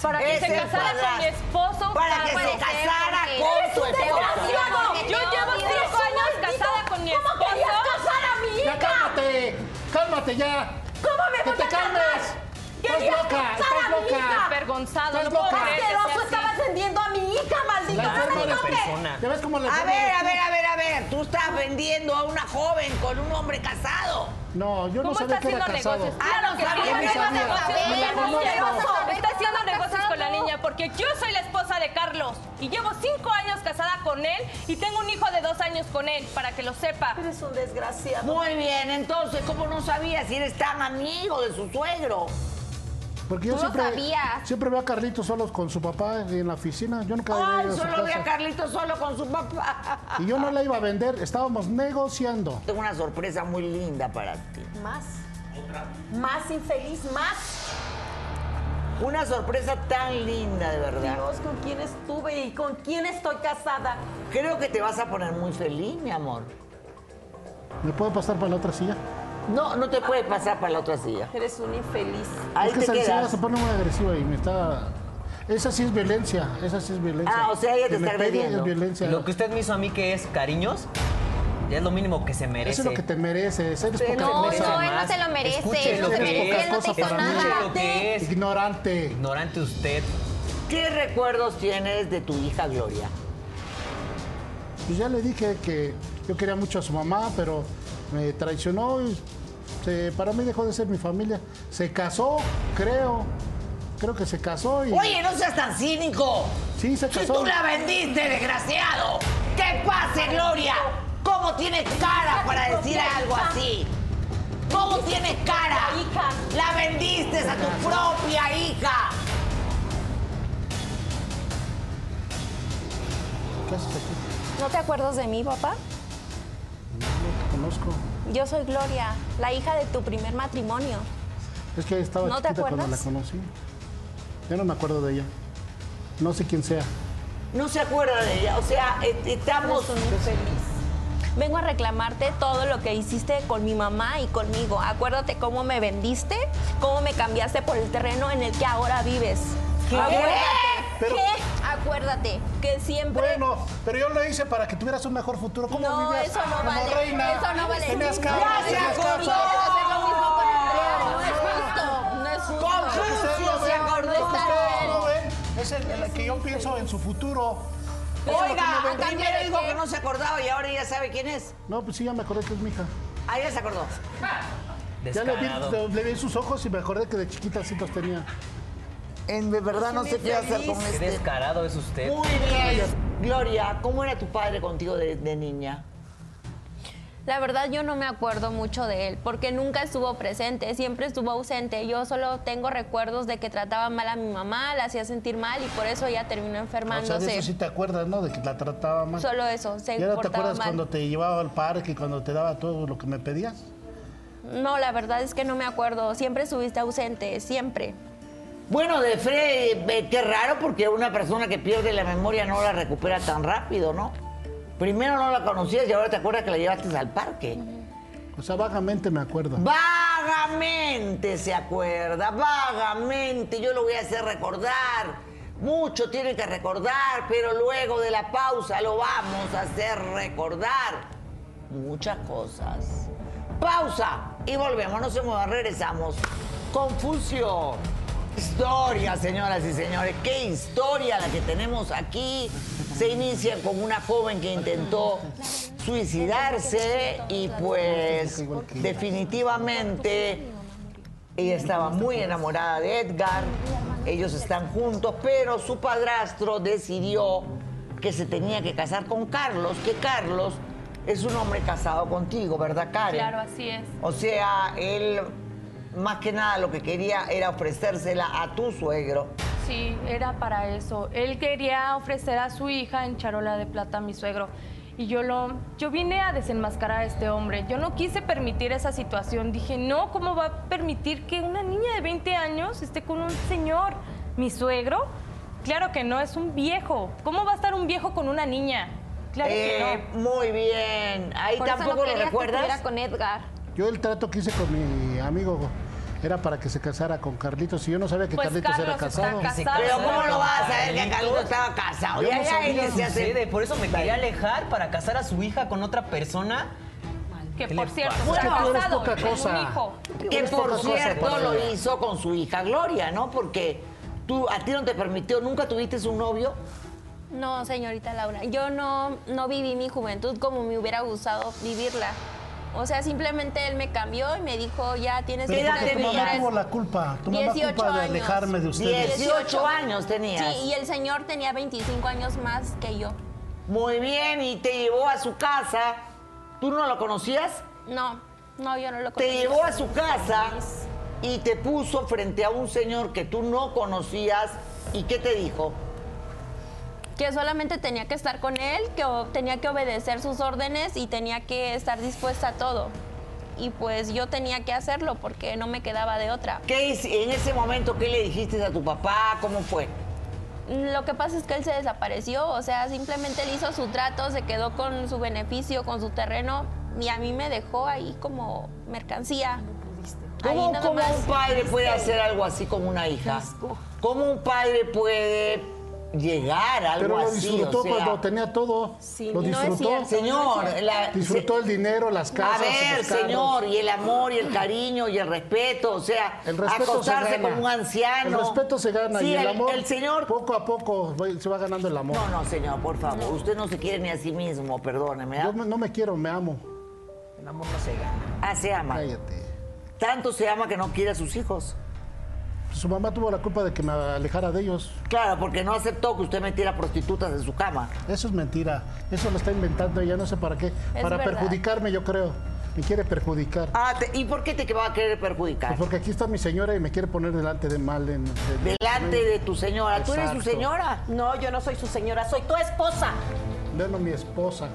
D: para que
A: Ese
D: se casara con mi
A: padrastro.
D: esposo.
A: Para que
D: Carlos.
A: se casara
H: porque
A: con
H: eres
A: tu
H: un
A: esposa.
H: desgraciado.
D: Desgraciado.
H: Porque
D: Yo
H: te
D: llevo
H: odio.
D: cinco años casada con mi esposo.
F: ¿Cómo querías casar a mi
E: Ya
F: hija?
E: cálmate, cálmate ya.
F: ¿Cómo me
E: que
F: voy
E: te
F: a calmar?
E: calmes.
F: Querías
E: Estás loca,
F: casar a
E: estás
F: mi hija.
E: loca.
D: Desvergonzado, no
E: Estás
D: puedo
E: loca.
D: creer. que
F: Asqueroso,
D: sea así.
F: estabas vendiendo a mi hija, maldito.
E: La
F: No
E: forma
F: me
E: de
F: toques.
G: persona.
E: ¿Ya ves cómo la
A: A ver, a ver, a ver, a ver. Tú estás vendiendo a una joven con un hombre casado.
E: No, yo no
D: ¿Cómo
E: sabía
D: está
E: que era
D: haciendo
E: casado.
D: negocios?
A: Ah, no
D: Claro que sí,
A: sabía,
D: está
A: yo no
D: haciendo
A: sabía.
D: negocios
H: Me la
D: con la niña.
H: conozco.
D: Está haciendo
H: Está
D: negocios con la
H: casado.
D: niña porque yo soy la esposa de Carlos y llevo cinco años casada con él y tengo un hijo de dos años con él, para que lo sepa.
F: Eres un desgraciado.
A: Muy bien, entonces, ¿cómo no sabías si eres tan amigo de su suegro?
E: Porque
H: Tú
E: yo
H: lo
E: siempre,
H: sabías.
E: siempre veo a Carlitos solos con su papá en la oficina. Yo nunca había
A: Ay,
E: ido a su
A: solo vi a
E: casa.
A: Carlito solo con su papá.
E: Y yo no la iba a vender, estábamos negociando.
A: Tengo una sorpresa muy linda para ti.
F: Más. Más infeliz, más.
A: Una sorpresa tan linda, de verdad.
F: Dios, ¿con quién estuve y con quién estoy casada?
A: Creo que te vas a poner muy feliz, mi amor.
E: ¿Me puedo pasar para la otra silla?
A: No, no te puedes pasar para la otra silla.
F: Eres un infeliz.
A: Ahí
E: es que
A: te
E: esa silla
A: quedas.
E: se pone muy agresiva y me está... Esa sí es violencia, esa sí es violencia.
A: Ah, o sea, ella te
E: Que me
A: está
E: pegue
A: agrediendo.
E: Es violencia.
G: Lo que usted me hizo a mí que es cariños, ya es lo mínimo que se merece.
E: Eso es lo que te mereces, eres
A: Sí,
E: poca
H: No,
E: cosa.
H: no, él no
G: más.
H: se lo merece.
G: Escuche
H: él
E: lo
H: no se
E: que
H: merece.
E: es.
H: Él no te hizo
E: Escuche
H: nada.
G: lo que es.
E: Ignorante.
G: Ignorante usted.
A: ¿Qué recuerdos tienes de tu hija Gloria?
E: Pues ya le dije que yo quería mucho a su mamá, pero me traicionó y se- para mí dejó de ser mi familia. Se casó, creo. Creo que se casó y.
A: Oye, no seas tan cínico.
E: Sí, se
A: Si
E: casó.
A: tú la vendiste, desgraciado. ¿Qué pase, Gloria? ¿Cómo tienes cara para decir algo así? ¿Cómo tienes cara?
F: Hija.
A: La vendiste a tu propia hija.
E: ¿Qué haces aquí?
H: ¿No te acuerdas de mí, papá?
E: No te conozco.
H: Yo soy Gloria, la hija de tu primer matrimonio.
E: Es que estaba
H: ¿No te
E: chiquita cuando la
H: acuerdas?
E: conocí. Ya no me acuerdo de ella. No sé quién sea.
A: No se acuerda de ella. O sea, eh, estamos.
H: Vengo a reclamarte todo lo que hiciste con mi mamá y conmigo. Acuérdate cómo me vendiste, cómo me cambiaste por el terreno en el que ahora vives.
A: ¿Qué?
H: Acuérdate.
E: Pero-
H: ¿Qué? Acuérdate que siempre.
E: Bueno, pero yo lo hice para que tuvieras un mejor futuro. ¿Cómo
H: No,
E: vivías
H: eso no
E: como
H: vale,
E: reina?
H: eso no vale.
E: Tenías
H: Ya
E: carros,
A: se
E: tenías
A: acordó.
E: casas.
H: hacer lo mismo con Andrea. No es justo, no es justo.
A: Confucio se acordó.
E: Ustedes no ven, es el, el que yo pienso en su futuro.
A: Oiga,
H: Pero, ¿a cambio
A: primero
H: de
A: dijo
H: qué?
A: que no se acordaba y ahora ya sabe quién es.
E: No, pues sí, ya me acordé que es mi hija.
A: Ah, ya se acordó.
E: Ya le vi,
G: Descarado.
E: le vi sus ojos y me acordé que de chiquita así los tenía.
A: En de verdad no sé qué hacer con
G: Qué
A: este.
G: descarado es usted.
A: Muy bien. Gloria, ¿cómo era tu padre contigo de, de niña?
H: La verdad yo no me acuerdo mucho de él, porque nunca estuvo presente, siempre estuvo ausente. Yo solo tengo recuerdos de que trataba mal a mi mamá, la hacía sentir mal y por eso ella terminó
E: Ah, O sea, de
H: enfermándose.
E: eso sí te acuerdas, ¿no? De que la trataba mal.
H: Solo eso, se
E: ¿Y ahora te
H: portaba
E: acuerdas
H: mal.
E: cuando te llevaba al parque y cuando te daba todo lo que me pedías?
H: No, la verdad es que no me acuerdo, siempre estuviste ausente, siempre.
A: Bueno, de Freddy, eh, qué raro porque una persona que pierde la memoria no la recupera tan rápido, ¿no? Primero no la conocías y ahora te acuerdas que la llevaste al parque.
E: O sea, vagamente me acuerdo.
A: Vagamente se acuerda, vagamente. Yo lo voy a hacer recordar. Mucho tiene que recordar, pero luego de la pausa lo vamos a hacer recordar. Muchas cosas. Pausa y volvemos, no se muevan, regresamos. Confucio. Historia, señoras y señores, qué historia la que tenemos aquí. Se inicia con una joven que intentó suicidarse y pues definitivamente ella estaba muy enamorada de Edgar. Ellos están juntos, pero su padrastro decidió que se tenía que casar con Carlos, que Carlos es un hombre casado contigo, ¿verdad, Karen?
I: Claro, así es.
A: O sea, él más que nada lo que quería era ofrecérsela a tu suegro.
I: Sí, era para eso. Él quería ofrecer a su hija en charola de plata a mi suegro. Y yo lo yo vine a desenmascarar a este hombre. Yo no quise permitir esa situación. Dije, "No, ¿cómo va a permitir que una niña de 20 años esté con un señor, mi suegro? Claro que no, es un viejo. ¿Cómo va a estar un viejo con una niña?" Claro que
A: Eh,
I: no.
A: Muy bien. Ahí
H: Por eso
A: tampoco
H: no
A: lo
H: querías Que
A: recuerdas.
H: estuviera con Edgar.
E: Yo el trato que hice con mi amigo era para que se casara con Carlitos y yo no sabía que
I: Pues
E: Carlitos era
I: Carlos está
E: casado.
I: casado.
A: Pero ¿cómo lo vas a saber que
G: Carlitos?
A: Carlos estaba casado?
G: Yo
A: Ya,
G: no
A: ya,
G: sabía
A: ella
G: que
A: se hace-
G: sucede, por eso me quería alejar para casar a su hija con otra persona.
I: Que
G: ¿Qué
I: por
G: le
I: cierto,
G: pasa?
E: Es que
I: está
E: tú eres
I: casado,
E: poca
I: tengo un
E: cosa.
I: hijo.
A: Que
E: Eres
A: por
E: poca cosa
A: cierto
E: para
A: lo
E: ella.
A: hizo con su hija Gloria, ¿no? Porque tú a ti no te permitió, nunca tuviste un novio.
H: No, señorita Laura, yo no, no viví mi juventud como me hubiera gustado vivirla. O sea, simplemente él me cambió y me dijo, ya tienes
E: Pero
A: edad
E: porque tu mamá
A: tenías?
E: tuvo la culpa. Tu mamá
H: 18
E: culpa de
H: años.
E: alejarme de ustedes.
A: 18 años tenías.
H: Sí, y el señor tenía 25 años más que yo.
A: Muy bien, y te llevó a su casa. ¿Tú no lo conocías?
H: No, no, yo no lo
A: Te
H: conocía.
A: llevó a su casa y te puso frente a un señor que tú no conocías. ¿Y qué te dijo?
H: Que solamente tenía que estar con él, que o- tenía que obedecer sus órdenes y tenía que estar dispuesta a todo. Y pues yo tenía que hacerlo porque no me quedaba de otra.
A: ¿Qué hice- en ese momento qué le dijiste a tu papá? ¿Cómo fue?
H: Lo que pasa es que él se desapareció, o sea, simplemente él hizo su trato, se quedó con su beneficio, con su terreno y a mí me dejó ahí como mercancía. Ahí
A: ¿Cómo,
H: nada
A: cómo
H: más.
A: un padre puede hacer algo así con una hija? ¿Cómo un padre puede llegar a algo
E: Pero lo
A: así?
E: disfrutó
A: o sea,
E: cuando tenía todo. lo
H: no es
E: disfrutó.
H: cierto.
A: Señor, la-
E: disfrutó el dinero, las
A: A
E: casas.
A: ver,
E: los carros.
A: señor, y el amor, y el cariño, y el respeto, o sea,
E: El respeto se
A: acostarse
E: gana.
A: con un anciano.
E: El respeto se gana
A: Sí,
E: y el,
A: el,
E: amor.
A: el señor.
E: Poco a poco va- se va ganando el amor.
A: No, no, señor, por favor, usted no se quiere ni a sí mismo, perdóneme. ¿ah?
E: Yo me- no me quiero, me amo.
G: El amor no se gana.
A: Ah, se ama.
E: Cállate.
A: Tanto se ama que no quiere a sus hijos.
E: Su mamá tuvo la culpa de que me alejara de ellos.
A: Claro, porque no aceptó que usted metiera prostitutas en su cama.
E: Eso es mentira. Eso lo está inventando ella, no sé para qué. para
H: verdad.
E: perjudicarme, yo creo. Me quiere perjudicar.
A: Ah, te- ¿y por qué te que va a querer perjudicar?
E: Pues porque aquí está mi señora y me quiere poner delante de mal. en- de-
A: Delante de tu señora. ¿Tú eres su
E: Exacto.
A: señora?
F: No, yo no soy su señora, soy tu esposa. Eh,
E: de no, mi esposa.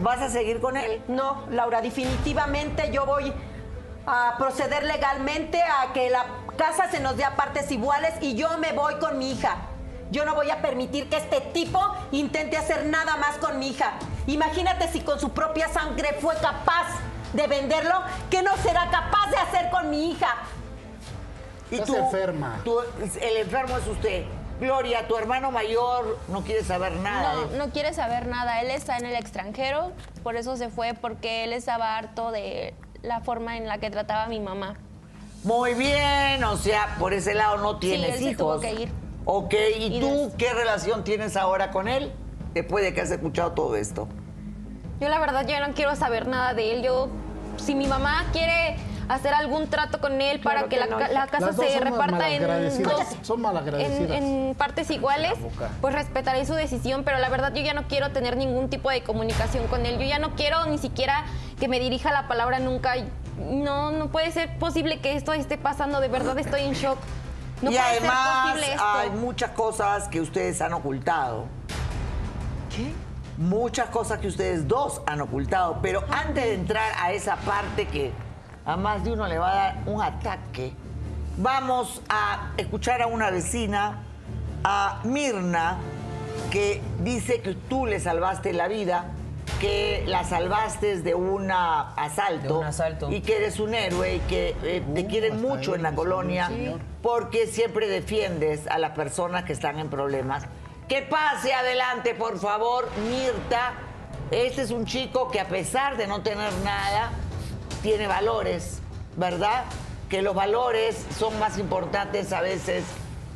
A: ¿Vas a seguir con él?
F: No, Laura, definitivamente yo voy a proceder legalmente a que la casa se nos dé a partes iguales y yo me voy con mi hija. Yo no voy a permitir que este tipo intente hacer nada más con mi hija. Imagínate si con su propia sangre fue capaz de venderlo, ¿qué no será capaz de hacer con mi hija?
E: Estás enferma.
A: tú- el enfermo es usted. Gloria, tu hermano mayor no quiere saber nada.
H: No, no quiere saber nada. Él está en el extranjero, por eso se fue, porque él estaba harto de la forma en la que trataba a mi mamá.
A: Muy bien, o sea, por ese lado no tienes
H: él sí
A: hijos.
H: tuvo que ir.
A: Ok, ¿y,
H: Y
A: tú
H: des-
A: qué relación tienes ahora con él? Después de que has escuchado todo esto.
H: Yo la verdad ya no quiero saber nada de él. Yo, si mi mamá quiere
D: hacer algún trato con él para
B: Claro
D: que,
B: que
D: la,
B: no,
D: ca-
B: hija.
D: la casa
E: Las dos
D: se
E: son
D: reparta en
E: malagradecidas,
D: dos
E: son
D: en,
E: malagradecidas.
D: en partes iguales, pues respetaré su decisión, pero la verdad yo ya no quiero tener ningún tipo de comunicación con él. Yo ya no quiero ni siquiera que me dirija la palabra nunca. No, no puede ser posible que esto esté pasando. De verdad estoy en shock. No
A: y
D: puede
A: además
D: ser posible esto.
A: hay muchas cosas que ustedes han ocultado.
F: ¿Qué?
A: Muchas cosas que ustedes dos han ocultado. Pero antes de entrar a esa parte que a más de uno le va a dar un ataque, vamos a escuchar a una vecina, a Mirna, que dice que tú le salvaste la vida, que la salvaste de, una asalto,
G: De un asalto.
A: y que eres un héroe y que eh, te quieren
E: hasta
A: mucho
E: ahí
A: en la
E: me salió el
A: colonia
E: señor.
A: porque siempre defiendes a las personas que están en problemas. Que pase adelante, por favor, Mirta. Este es un chico que a pesar de no tener nada, tiene valores, ¿verdad? Que los valores son más importantes a veces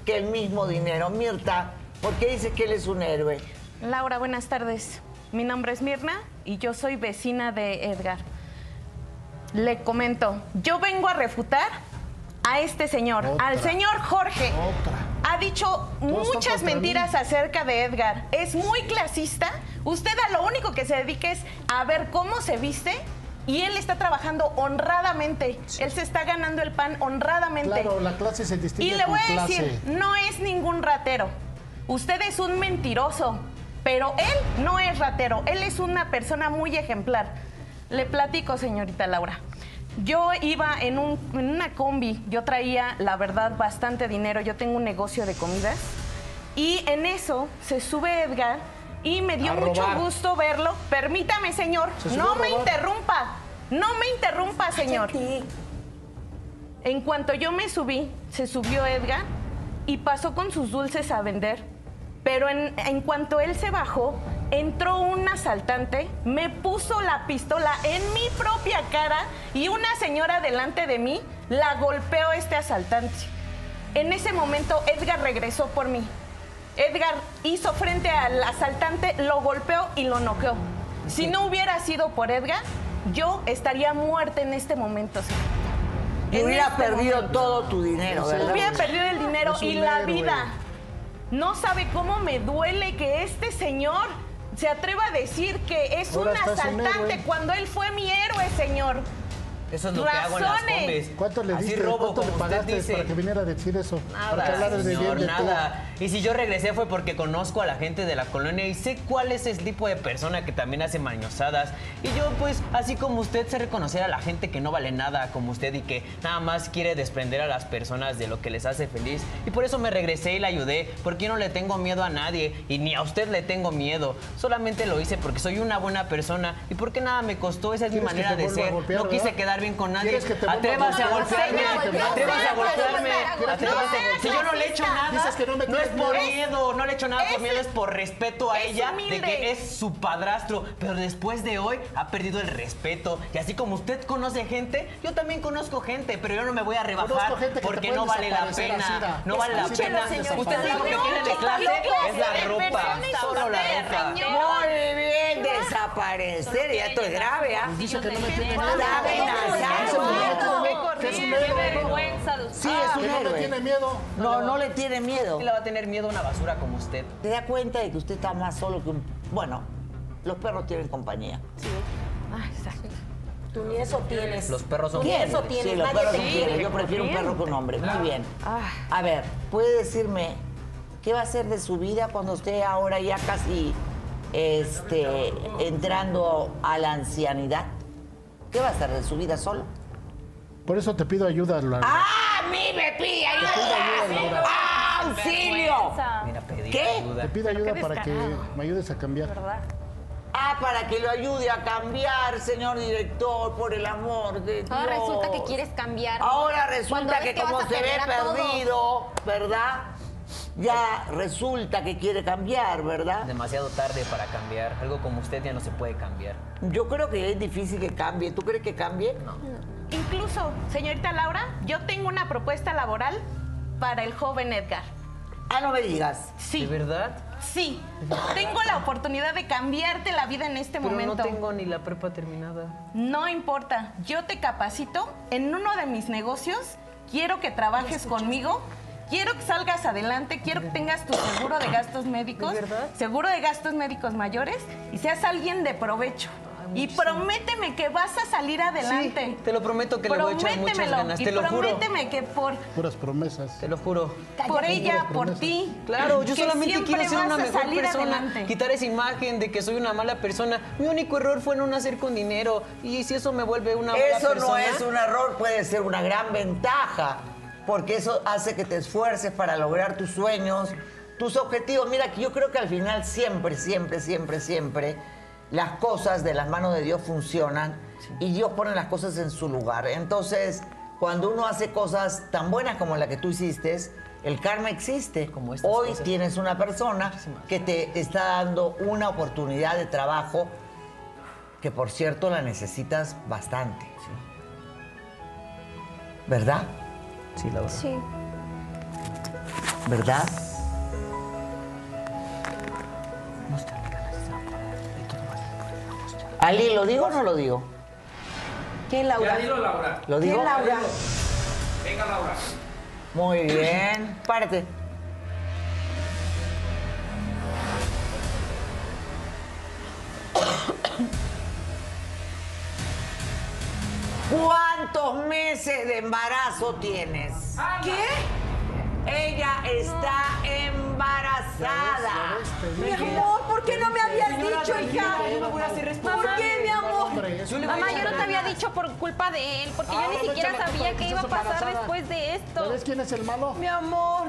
A: que el mismo dinero. Mirta, ¿por qué dices que él es un héroe?
I: Laura, buenas tardes. Mi nombre es Mirna y yo soy vecina de Edgar. Le comento, yo vengo a refutar a este señor,
E: Otra.
I: al señor Jorge.
E: Otra.
I: Ha dicho
E: Todos están
I: muchas
E: contra
I: mentiras
E: mí.
I: acerca de Edgar. Es muy clasista. Usted a lo único que se dedica es a ver cómo se viste y él está trabajando honradamente. Él se está ganando el pan honradamente.
E: Claro, la clase se distingue
I: Y le
E: por
I: voy a
E: clase.
I: decir, no es ningún ratero. Usted es un mentiroso, pero él no es ratero. Él es una persona muy ejemplar. Le platico, señorita Laura. Yo iba en, un- en una combi, yo traía, la verdad, bastante dinero. Yo tengo un negocio de comidas. Y en eso se sube Edgar y me dio
E: A
I: mucho
E: robar.
I: gusto verlo. Permítame, señor,
E: Se subió
I: no
E: a
I: me
E: robar.
I: interrumpa. No me interrumpa, señor. En cuanto yo me subí, se subió Edgar y pasó con sus dulces a vender. Pero en, en cuanto él se bajó, entró un asaltante, me puso la pistola en mi propia cara y una señora delante de mí la golpeó este asaltante. En ese momento Edgar regresó por mí. Edgar hizo frente al asaltante, lo golpeó y lo noqueó. Si no hubiera sido por Edgar, yo estaría muerta en este momento. señor.
A: Y
I: En
A: hubieras
I: este
A: perdido
I: momento.
A: todo tu dinero,
E: Sí.
A: ¿verdad?
I: Hubiera
F: pues,
E: Héroe.
I: perdido el dinero
E: Es un
I: y la
E: héroe.
I: vida. No sabe cómo me duele que este señor se atreva a decir que es
E: Ahora
I: un
E: estás un
I: asaltante
E: héroe.
I: cuando él fue mi héroe, señor.
G: Eso es lo que hago en las
I: Razones.
G: combes.
E: ¿Cuánto le
G: Así
E: diste?
G: robo,
E: ¿Cuánto le
G: como usted
E: pagaste
G: dice.
E: para que viniera a decir eso? para que
G: Nada,
E: hablaras de bien
G: señor,
E: de tú.
G: nada. Y si yo regresé fue porque conozco a la gente de la colonia y sé cuál es ese tipo de persona que también hace mañosadas. Y yo, pues, así como usted, sé reconocer a la gente que no vale nada como usted y que nada más quiere desprender a las personas de lo que les hace feliz. Y por eso me regresé y la ayudé, porque yo no le tengo miedo a nadie y ni a usted le tengo miedo. Solamente lo hice porque soy una buena persona y porque nada me costó. Esa es mi
E: ¿Quieres que
G: manera
E: te
G: de
E: vuelva a
G: ser.
E: golpear,
G: no quise
E: verdad?
G: quedar bien con nadie.
E: ¿Quieres que te vuelva a
G: Atrévase a
E: golpear?
G: golpearme.
E: No, señor,
G: Atrévase a
E: no,
G: golpearme.
E: señor, no,
G: Atrévase a
E: señor.
G: golpearme. Si yo no le he hecho nada.
E: Dices que no me
G: No es
E: tienes
G: por
E: miedo.
G: miedo, no le he hecho nada por
I: Es-
G: miedo, es por respeto a
I: es
G: ella de
I: humilde.
G: que es su padrastro. Pero después de hoy ha perdido el respeto. Y así como usted conoce gente, yo también conozco gente, pero yo no me voy a rebajar
E: Conozco gente que te
G: porque
E: pueden
G: no vale la
E: desaparecer así,
G: pena.
E: da.
G: No vale la
E: Escúchela,
G: pena.
E: señor.
G: Usted lo único que
E: No,
G: tiene de
E: qué
G: clase es la ropa. Solo la ropa.
A: Muy bien, desaparecer. Ya esto es grave, ¿ah?
E: Dice que no me tiene miedo.
A: Está amenazando.
E: Que es un héroe, Ah. ¿no?
A: Sí, es un
E: Que no le tiene
A: héroe.
E: miedo.
A: No, no le tiene miedo.
G: Y le va a tener miedo a una basura como usted.
A: ¿Te da cuenta de que usted está más solo que un... Bueno, los perros tienen compañía.
F: Tú ni eso tienes.
G: Los perros son
F: Ni
G: muy
F: eso
G: nobles.
F: tienes.
A: Sí, los
F: Nadie
A: perros
F: te
A: son
F: quiere. Ah.
A: fieles. Yo prefiero un perro que un hombre. Muy bien. A ver, ¿puede decirme qué va a hacer de su vida cuando esté ahora ya casi este, entrando a la ancianidad? ¿Qué va a hacer de su vida solo?
E: Por eso te pido ayuda, Laura.
A: ¡Ah, mi me pide ayuda! ¡Auxilio!
G: Mira, pedir
A: ¿Qué?
G: ayuda.
E: Te pido ayuda para que me ayudes a cambiar.
A: Ah, para que lo ayude a cambiar, señor director, por el amor de Dios.
F: Ah,
D: Ahora resulta que quieres cambiar.
A: Ahora
D: Cuando
A: resulta
D: ves
A: que,
D: vas
A: como
D: a
A: se ve
D: perder a todo.
A: perdido, ¿verdad?
E: Este
A: Ya resulta que quiere cambiar, ¿verdad?
G: Demasiado tarde para cambiar. Algo como usted ya no se puede cambiar.
A: Yo creo que es difícil que cambie. ¿Tú crees que cambie?
G: No.
I: Incluso, señorita Laura, yo tengo una propuesta laboral para el joven Edgar.
A: Ah, no me digas.
G: ¿De
I: Sí,
G: verdad?
I: sí. Tengo la oportunidad de cambiarte la vida en este
G: Pero
I: momento.
G: no tengo ni la prepa terminada.
I: No importa, yo te capacito en uno de mis negocios, quiero que trabajes conmigo, quiero que salgas adelante, quiero que tengas tu seguro de gastos médicos, seguro de gastos médicos mayores y seas alguien de provecho. y prométeme que vas a salir adelante.
G: Sí, te lo prometo que le voy a echar muchas
I: Prométemelo,
G: ganas,
I: y
G: te lo juro.
I: prométeme que por,
E: Puras promesas.
G: Te lo juro.
I: por ella,
E: puras
I: por
E: promesas.
I: ti.
G: Claro, yo
I: que
G: solamente
I: siempre
G: quiero ser
I: vas
G: una
I: a
G: mejor
I: salir
G: persona,
I: adelante.
G: quitar esa imagen de que soy una mala persona. Mi único error fue no nacer con dinero y si eso me vuelve una mala
A: Eso
G: persona.
A: no es un error, puede ser una gran ventaja, porque eso hace que te esfuerces para lograr tus sueños, tus objetivos. Mira, que yo creo que al final siempre, siempre, siempre, siempre las cosas de las manos de Dios funcionan y Dios pone las cosas en su lugar. Entonces, cuando uno hace cosas tan buenas como la que tú hiciste, el karma existe.
G: Como estas
A: Hoy
G: cosas.
A: tienes una persona que te está dando una oportunidad de trabajo que por cierto la necesitas bastante. ¿Verdad?
G: Sí, la verdad.
J: Sí.
A: ¿Verdad? Ali, ¿lo digo o no lo digo?
B: ¿Qué, Laura?
A: ¿Lo
B: ¿Qué,
A: digo?
B: Laura?
A: Muy bien. Párate. ¿Cuántos meses de embarazo tienes? ¿Qué? Ella está embarazada.
B: Mi amor, ¿por qué no me habías dicho, hija? ¿Por qué, mi amor?
C: Mamá, yo no te había dicho por culpa de él,
B: Ah,
C: porque yo ni siquiera sabía qué iba a pasar después de esto.
E: ¿Sabes quién es el malo?
B: Mi amor.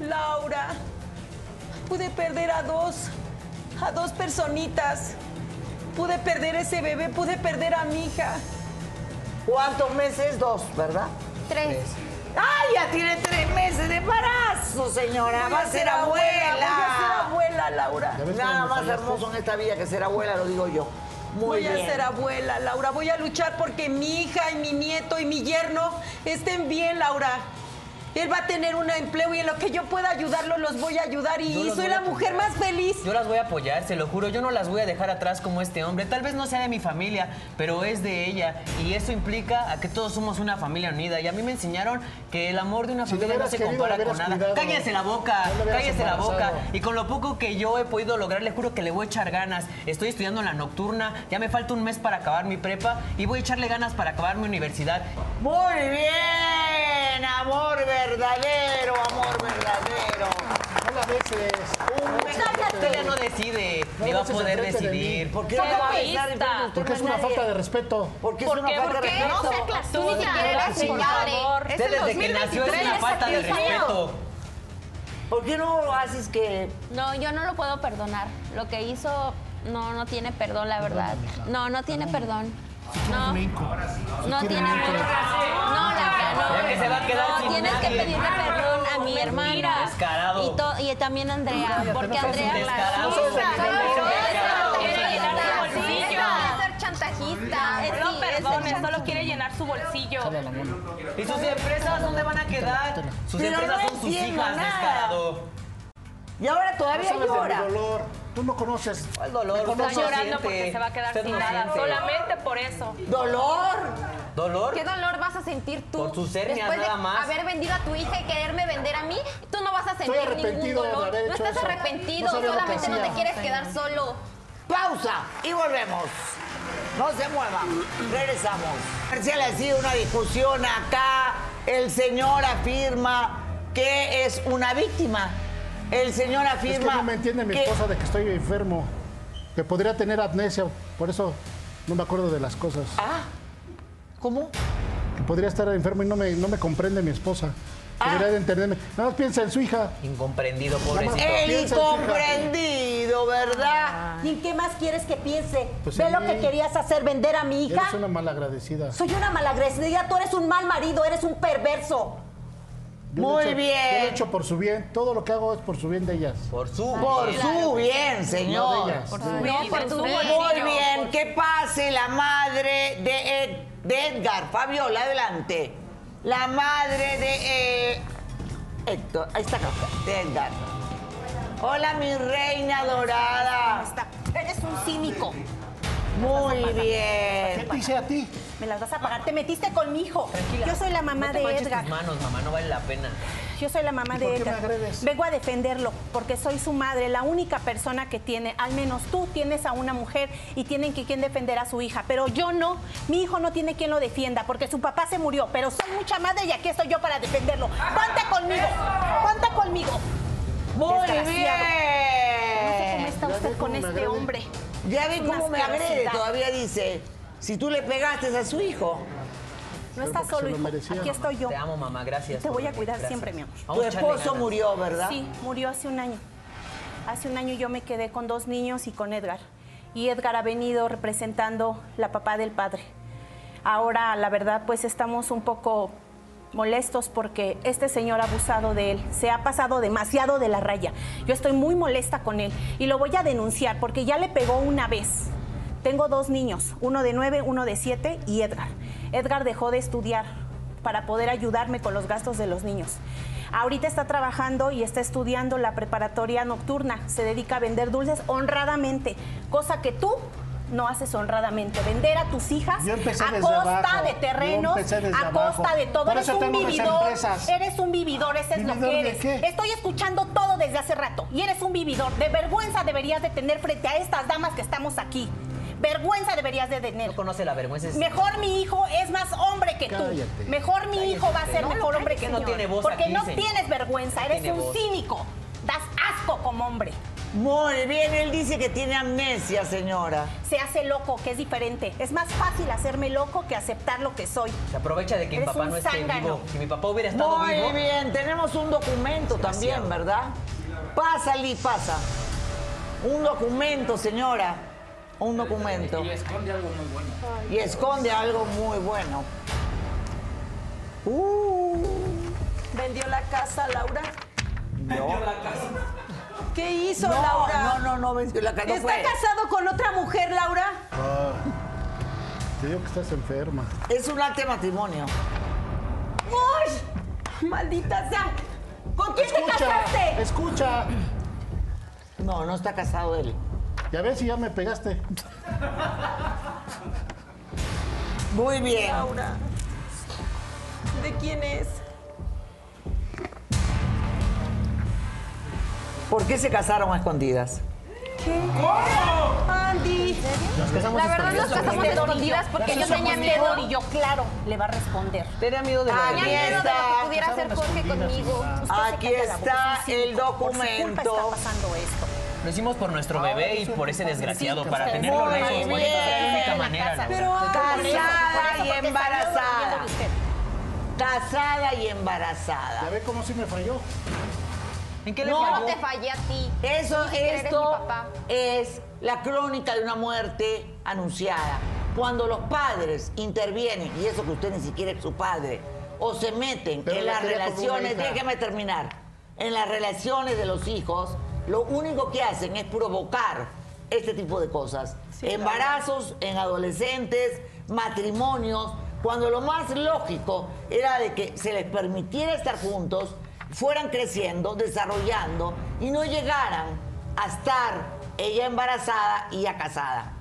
B: Laura. Pude perder a dos. A dos personitas. Pude perder ese bebé, pude perder a mi hija.
A: ¿Cuántos meses? Dos, ¿verdad?
C: Tres.
A: ¡Ay, ya tiene tres meses de embarazo, señora!
B: Voy
A: ¡Va a ser abuela!
B: Voy a ser abuela, Laura.
E: Ya ves
A: Nada
E: cómo
A: más
E: fallaste.
A: hermoso en esta vida que ser abuela, lo digo yo. Muy
B: Voy
A: bien.
B: a ser abuela, Laura. Voy a luchar porque mi hija y mi nieto y mi yerno estén bien, Laura. Él va a tener un empleo y en lo que yo pueda ayudarlo, los voy a ayudar.
G: Yo
B: Y
G: los
B: soy
G: voy
B: la
G: a
B: mujer
G: apoyar.
B: más feliz.
G: Yo las voy a apoyar, se lo juro. Yo no las voy a dejar atrás como este hombre. Tal vez no sea de mi familia, pero es de ella. Y eso implica a que todos somos una familia unida. Y a mí me enseñaron que el amor de una
E: Si lo
G: familia no
E: hubieras
G: se
E: querido,
G: compara
E: lo
G: con
E: hubieras
G: nada.
E: cuidado.
G: Cállense la boca,
E: No lo hubieras
G: cállense la boca.
E: embarazado.
G: Y con lo poco que yo he podido lograr, les juro que le voy a echar ganas. Estoy estudiando en la nocturna, ya me falta un mes para acabar mi prepa y voy a echarle ganas para acabar mi universidad.
A: Muy bien. Amor verdadero, amor verdadero.
E: No la beses.
G: Ella no decide,
E: No
G: ni va a
E: beses
G: poder
E: enfrente de mí.
G: decidir.
A: ¿Por qué no va a besar en frente de usted?
E: Porque es una
A: Nadie.
E: falta de respeto.
A: Porque es una falta de
C: No
A: respeto.
C: seas clasuda, tú ni siquiera eras
A: por
C: madre.
I: favor.
G: Usted desde que nació es una falta de respeto.
A: ¿Por qué no haces que
H: No, yo no lo puedo perdonar. Lo que hizo no, no tiene perdón, la verdad. No, no tiene perdón. No, no tiene No, Laura, no.
G: Ya que se va a quedar
H: No,
G: sin
H: tienes que
G: nadie.
H: pedirle perdón a mi hermana.
G: Descarado.
H: Y, to- y también a Andrea, porque
G: Descarado.
H: Andrea...
G: Descarado.
H: Sí,
G: Descarado. Descarado.
H: claro, es
D: Descarado.
H: chantajista, es chantajista. es-
D: No
H: sí, es
D: perdones,
H: chantajista.
D: solo quiere llenar su bolsillo.
G: ¿Y sus empresas dónde van a quedar? Sus
A: Pero
G: empresas
A: no
G: son sus
A: entiendo
G: hijas,
A: nada.
G: descarado.
A: Y ahora todavía
E: Sabes de mi
A: llora.
E: dolor. Tú no conoces.
G: ¿Cuál dolor? Usted
D: Está
G: no
D: llorando
G: siente.
D: porque se va a quedar
G: Usted
D: sin
G: no
D: nada,
G: siente.
D: solamente por eso.
A: ¿Dolor?
G: ¿Dolor?
C: ¿Qué dolor vas a sentir tú?
G: Por sus hernias,
C: Después de
G: nada más.
C: haber vendido a tu hija y quererme vender a mí, tú no vas a sentir ningún
E: arrepentido de
C: dolor.
E: haber
C: No
E: hecho
C: estás
E: eso.
C: arrepentido,
E: No sabía lo que
C: solamente no
E: hacía.
C: te quieres quedar solo.
A: Pausa y volvemos. No se muevan. Regresamos. Marcial ha sido una discusión acá. El señor afirma que es una víctima. El señor afirma
E: Es que no me entiende mi
A: que-
E: esposa de que estoy enfermo. Que podría tener amnesia. Por eso no me acuerdo de las cosas.
A: Ah, ¿cómo?
E: Que podría estar enfermo y no me, no me comprende mi esposa. Podría de entenderme. Nada más piensa en su hija.
G: Incomprendido, pobrecito.
A: El
E: Piensa en su hija.
A: incomprendido, ¿verdad?
B: ¿Y en qué más quieres que piense?
E: Pues
B: ¿Ve
E: sí.
B: lo que querías hacer? ¿Vender a mi hija?
E: Eres una malagradecida.
B: Soy una malagradecida, tú eres un mal marido, eres un perverso.
E: Yo lo
A: Muy
E: he hecho-
A: bien.
E: yo lo he hecho por su bien. Todo lo que hago es por su bien de ellas.
G: Por su.
A: Por su bien,
E: No de
A: señor.
E: ellas.
D: No, por tu
A: Muy bien, que pase la madre de, Ed- de Edgar. Fabiola, adelante. La madre de eh, Héctor. Ahí está Héctor. Te dan. Hola, mi reina dorada.
F: Eres un cínico.
A: Muy
E: ¿Qué
A: bien.
E: te hice a ti?
F: Me las vas a pagar. Te metiste con mi hijo. Yo soy la mamá
G: No te
F: de
G: manches
F: Edgar.
G: tus manos, mamá, no vale la pena.
K: Yo soy la mamá
E: ¿Y por
K: de
E: qué me
K: Edgar.
E: agredes?
K: Vengo a defenderlo porque soy su madre, la única persona que tiene, al menos tú tienes a una mujer y tienen que quien defender a su hija, pero yo no. Mi hijo no tiene quien lo defienda porque su papá se murió, pero soy mucha madre y aquí estoy yo para defenderlo. Ponte conmigo. Ponte conmigo.
A: Muy
K: Desgraciado. No sé
A: bien.
K: cómo está
E: Ya ve
K: usted
E: cómo
K: con
E: me
K: este
E: agrede.
K: hombre.
A: Ya vi cómo
K: Una
A: me agrede.
K: asquerosidad.
A: Todavía dice, si tú le pegaste a su hijo,
K: No está
E: Pero porque se
K: solo,
E: lo
K: hijo.
E: merecía.
K: Aquí estoy yo.
G: Te amo, mamá, gracias.
K: Te
G: por
K: voy a
G: lo que
K: cuidar
G: trazas.
K: siempre, mi amor.
A: tu
G: Vamos a echarle
A: esposo
G: ganas.
A: murió, ¿verdad?
K: Sí, murió hace un año. Hace un año yo me quedé con dos niños y con Edgar. Y Edgar ha venido representando la papá del padre. Ahora, la verdad, pues estamos un poco molestos porque este señor ha abusado de él, se ha pasado demasiado de la raya. Yo estoy muy molesta con él y lo voy a denunciar porque ya le pegó una vez. Tengo dos niños, uno de nueve, uno de siete y Edgar. Edgar dejó de estudiar para poder ayudarme con los gastos de los niños. Ahorita está trabajando y está estudiando la preparatoria nocturna. Se dedica a vender dulces honradamente, cosa que tú no haces honradamente. Vender a tus hijas
E: Yo empecé
K: a
E: desde
K: costa
E: abajo.
K: de
E: Yo
K: terrenos,
E: empecé desde
K: a
E: abajo.
K: costa de todo.
E: Por
K: eres
E: eso
K: un
E: tengo mis
K: vividor.
E: empresas.
K: Eres un vividor, ese es lo
E: ¿Vividor
K: que
E: de
K: eres.
E: qué?
K: Estoy escuchando todo desde hace rato y eres un vividor. De vergüenza deberías de tener frente a estas damas que estamos aquí. Vergüenza deberías de tener.
G: No conoce la vergüenza. es-
K: Mejor mi hijo es más hombre que tú.
E: Cállate.
K: Mejor mi hijo va a ser
G: No,
K: mejor hombre que
G: cállese, no
K: tú.
G: tiene voz
K: Porque
G: aquí,
K: no
G: señor.
K: tienes vergüenza,
G: No
K: eres
G: tiene
K: un
G: voz.
K: cínico. Das asco como hombre.
A: Muy bien. Él dice que tiene amnesia, señora.
K: Se hace loco, que es diferente. Es más fácil hacerme loco que aceptar lo que soy.
G: Se aprovecha de que mi
K: Eres
G: papá
K: un
G: no esté
K: zángano.
G: vivo. Si mi papá hubiera estado
A: Muy
G: vivo.
A: bien, tenemos un documento también, ¿verdad? Pasa, Liz, pasa. Un documento, señora. Un documento. Y esconde algo muy bueno. Y esconde algo muy bueno. Uh,
F: Vendió la casa, Laura.
A: no.
F: ¿Qué hizo,
A: No,
F: Laura?
A: no, no, no, venció la cara. no
F: ¿Está
A: fue.
F: casado con otra mujer, Laura?
E: Ah, Te digo que estás enferma.
A: Es un arte de matrimonio.
F: ¡Uy! Maldita sea. ¿Con quién te
E: Escucha,
F: casaste?
E: escucha.
A: No, no está casado él.
E: Ya ves si ya me pegaste.
A: Muy bien.
F: Laura. ¿De quién es?
A: ¿Por qué se casaron a escondidas?
F: Andy.
E: Nos casamos
D: La verdad nos
E: escondidas.
D: casamos escondidas porque yo tenía miedo.
K: Y yo, claro, le va a responder.
G: Tenía miedo de la
A: Aquí
D: Tenía miedo de lo
A: está.
D: que pudiera hacer Jorge conmigo.
A: Aquí está el
K: Por su
A: documento.
K: culpa está pasando esto.
G: Lo hicimos por
E: Ah,
G: nuestro bebé y por ese desgraciado, para tenerlo
A: Muy
G: lejos, bonito, de la
A: bien.
G: única manera. Laura.
A: Casada y embarazada.
K: Porque usted-
A: Casada y
E: Ya
A: embarazada.
E: ve cómo sí me falló.
G: ¿En qué le
A: No,
D: Yo
G: falló?
D: te fallé a ti.
A: Eso,
D: Ni siquiera eres mi
A: esto
D: papá.
A: es la crónica de una muerte anunciada. Cuando los padres intervienen, y eso que usted ni siquiera es su padre, o se meten
E: Pero
A: en
E: la
A: las
E: quería como una
A: relaciones,
E: hija.
A: déjeme terminar, en las relaciones de los hijos, lo único que hacen es provocar este tipo de cosas. Embarazos en adolescentes, matrimonios, cuando lo más lógico era de que se les permitiera estar juntos, fueran creciendo, desarrollando y no llegaran a estar ella embarazada y ya casada.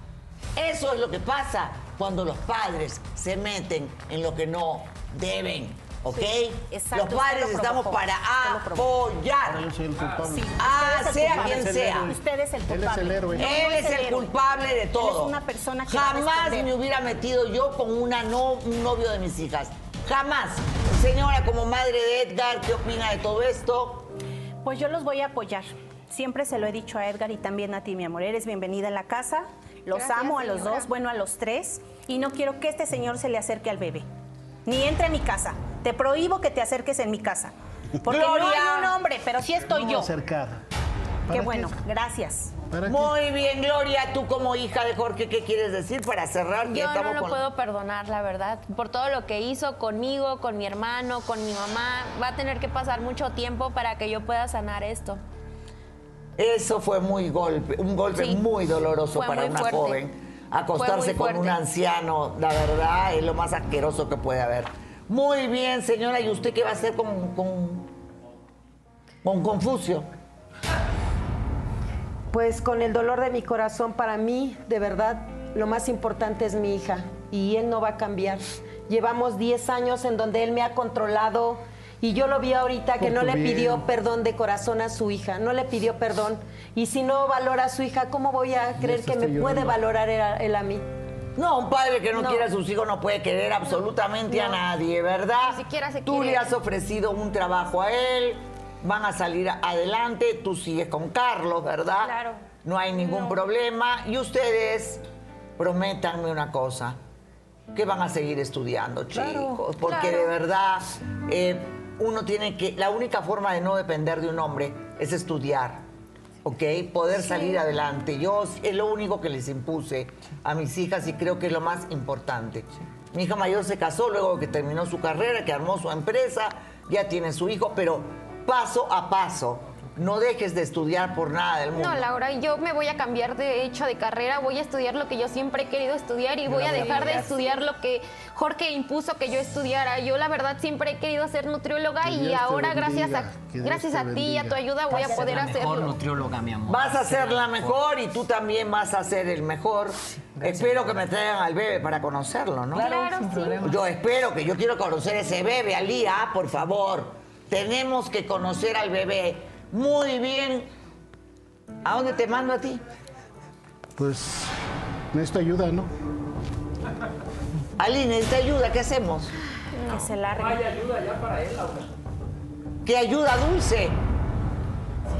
A: Eso es lo que pasa cuando los padres se meten en lo que no deben, ¿ok?
K: Sí, exacto,
A: los padres
K: usted lo
A: estamos
K: provocó,
A: para
K: usted lo provocó.
E: Ahora
A: apoyar,
E: yo soy el culpable.
A: ah,
K: Usted es el
A: sea
K: culpable.
A: quien
E: Él es el
A: sea.
E: héroe.
K: Usted es el
E: Él
K: culpable.
E: es el héroe.
K: No, no
A: Él es el
K: héroe.
A: culpable de todo.
K: Él es una persona que va a
A: Jamás
K: responder.
A: me hubiera metido yo con una no, un novio de mis hijas. Jamás. Señora, como madre de Edgar, ¿qué opina de todo esto?
K: Pues yo los voy a apoyar. Siempre se lo he dicho a Edgar y también a ti, mi amor. Eres bienvenida en la casa. Los
D: Gracias,
K: amo a los
D: señora.
K: dos, bueno, a los tres. Y no quiero que este señor se le acerque al bebé. Ni entre a mi casa. Te prohíbo que te acerques en mi casa. Porque no
A: Gloria.
K: hay un hombre, pero sí
E: No
K: estoy
E: me
K: yo.
E: acercar. ¿Para
K: Qué bueno, gracias.
E: ¿Para qué?
A: Muy bien, Gloria. Tú como hija de Jorge, ¿qué quieres decir para cerrar? que
D: Yo no
A: estamos
D: lo
A: con-
D: puedo perdonar, la verdad, por todo lo que hizo conmigo, con mi hermano, con mi mamá. Va a tener que pasar mucho tiempo para que yo pueda sanar esto.
A: Eso fue muy golpe, un golpe
D: Sí.
A: muy doloroso
D: Fue
A: para
D: muy
A: una
D: fuerte.
A: joven.
D: Fue
A: Acostarse
D: muy
A: con
D: fuerte.
A: un anciano, la verdad, es lo más asqueroso que puede haber. Muy bien, señora. ¿Y usted qué va a hacer con, con- Con Confucio.
B: Pues con el dolor de mi corazón, para mí, de verdad, lo más importante es mi hija y él no va a cambiar. Llevamos 10 años en donde él me ha controlado y yo lo vi ahorita que
L: Por
B: no
L: tu
B: le
L: bien.
B: pidió perdón de corazón a su hija, no le pidió perdón. Y si no valora a su hija, ¿cómo voy a creer
A: eso
B: que me
A: estoy
B: puede
A: llorando.
B: valorar él a, él a mí?
A: No, un padre que no,
B: No.
A: quiere a sus hijos no puede querer absolutamente a
B: No.
A: nadie, ¿verdad?
B: Ni siquiera se
A: Tú
B: quiere.
A: le has ofrecido un trabajo a él, van a salir adelante, tú sigues con Carlos, ¿verdad? Claro. No hay ningún problema. Y ustedes, prométanme una cosa, que van a seguir estudiando, chicos,
M: Claro,
A: porque
M: claro.
A: de verdad eh, uno tiene que, la única forma de no depender de un hombre es estudiar. ¿ok? Poder
M: Sí.
A: salir adelante. Yo es lo único que les impuse a mis hijas y creo que es lo más importante. Mi hija mayor se casó luego que terminó su carrera, que armó su empresa, ya tiene su hijo, pero paso a paso. No dejes de estudiar por nada del mundo.
C: No, Laura, yo me voy a cambiar de hecho de carrera, voy a estudiar lo que yo siempre he querido estudiar y
A: Yo
C: voy
A: la
C: a
A: voy a
C: dejar de
A: cambiar.
C: estudiar lo que Jorge impuso que yo estudiara. Yo la verdad siempre he querido ser nutrióloga
G: Que Dios
C: y
G: te
C: ahora gracias a
G: bendiga, que Dios
C: gracias
G: te
C: a ti y a tu
G: bendiga.
C: ayuda voy
G: Vas
C: a
G: ser
C: poder
G: la Mejor
C: hacerlo.
G: nutrióloga, mi amor.
A: Vas a
G: Ser
A: ser la mejor y tú también vas a ser el mejor. espero que me traigan al bebé para conocerlo, ¿no?
M: Claro, sin sí. problema.
A: Yo espero que yo quiero conocer ese bebé, Alía, por favor. Tenemos que conocer al bebé. Muy bien. ¿A dónde te mando a ti?
E: Pues necesito ayuda, ¿no?
A: Ali, necesita ayuda, ¿qué hacemos?
N: Que se largue.
G: ayuda ya para él, Laura.
A: ¿Qué ayuda dulce?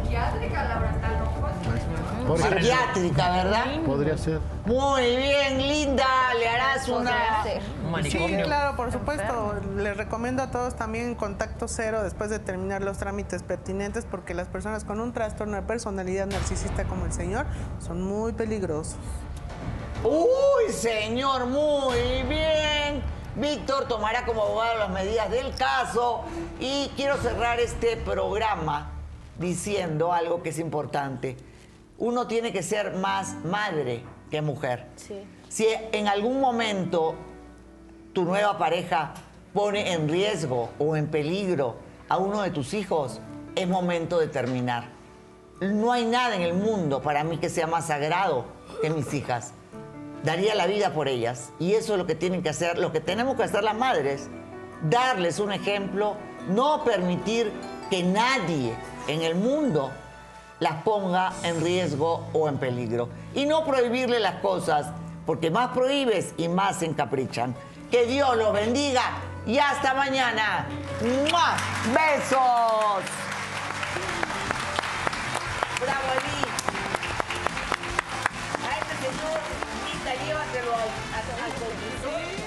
M: Psiquiátrica, Laura, está loco.
A: Psiquiátrica, ¿verdad?
E: Podría ser.
A: Muy bien, linda. Le harás una.
I: Sí, claro, por supuesto. Les recomiendo a todos también contacto cero después de terminar los trámites pertinentes porque las personas con un trastorno de personalidad narcisista como el señor son muy peligrosos.
A: Uy, señor, muy bien. Víctor tomará como abogado las medidas del caso y quiero cerrar este programa diciendo algo que es importante. Uno tiene que ser más madre que mujer. Si en algún momento tu nueva pareja pone en riesgo o en peligro a uno de tus hijos, es momento de terminar. No hay nada en el mundo para mí que sea más sagrado que mis hijas. Daría la vida por ellas. Y eso es lo que tienen que hacer, lo que tenemos que hacer las madres. Darles un ejemplo, no permitir que nadie en el mundo las ponga en riesgo o en peligro. Y no prohibirle las cosas, porque más prohíbes y más se encaprichan. Que Dios los bendiga y hasta mañana. ¡Mua! ¡Besos! ¡Bravo, Eli! A este señor, Anita, llévatelo al, al, al confesor.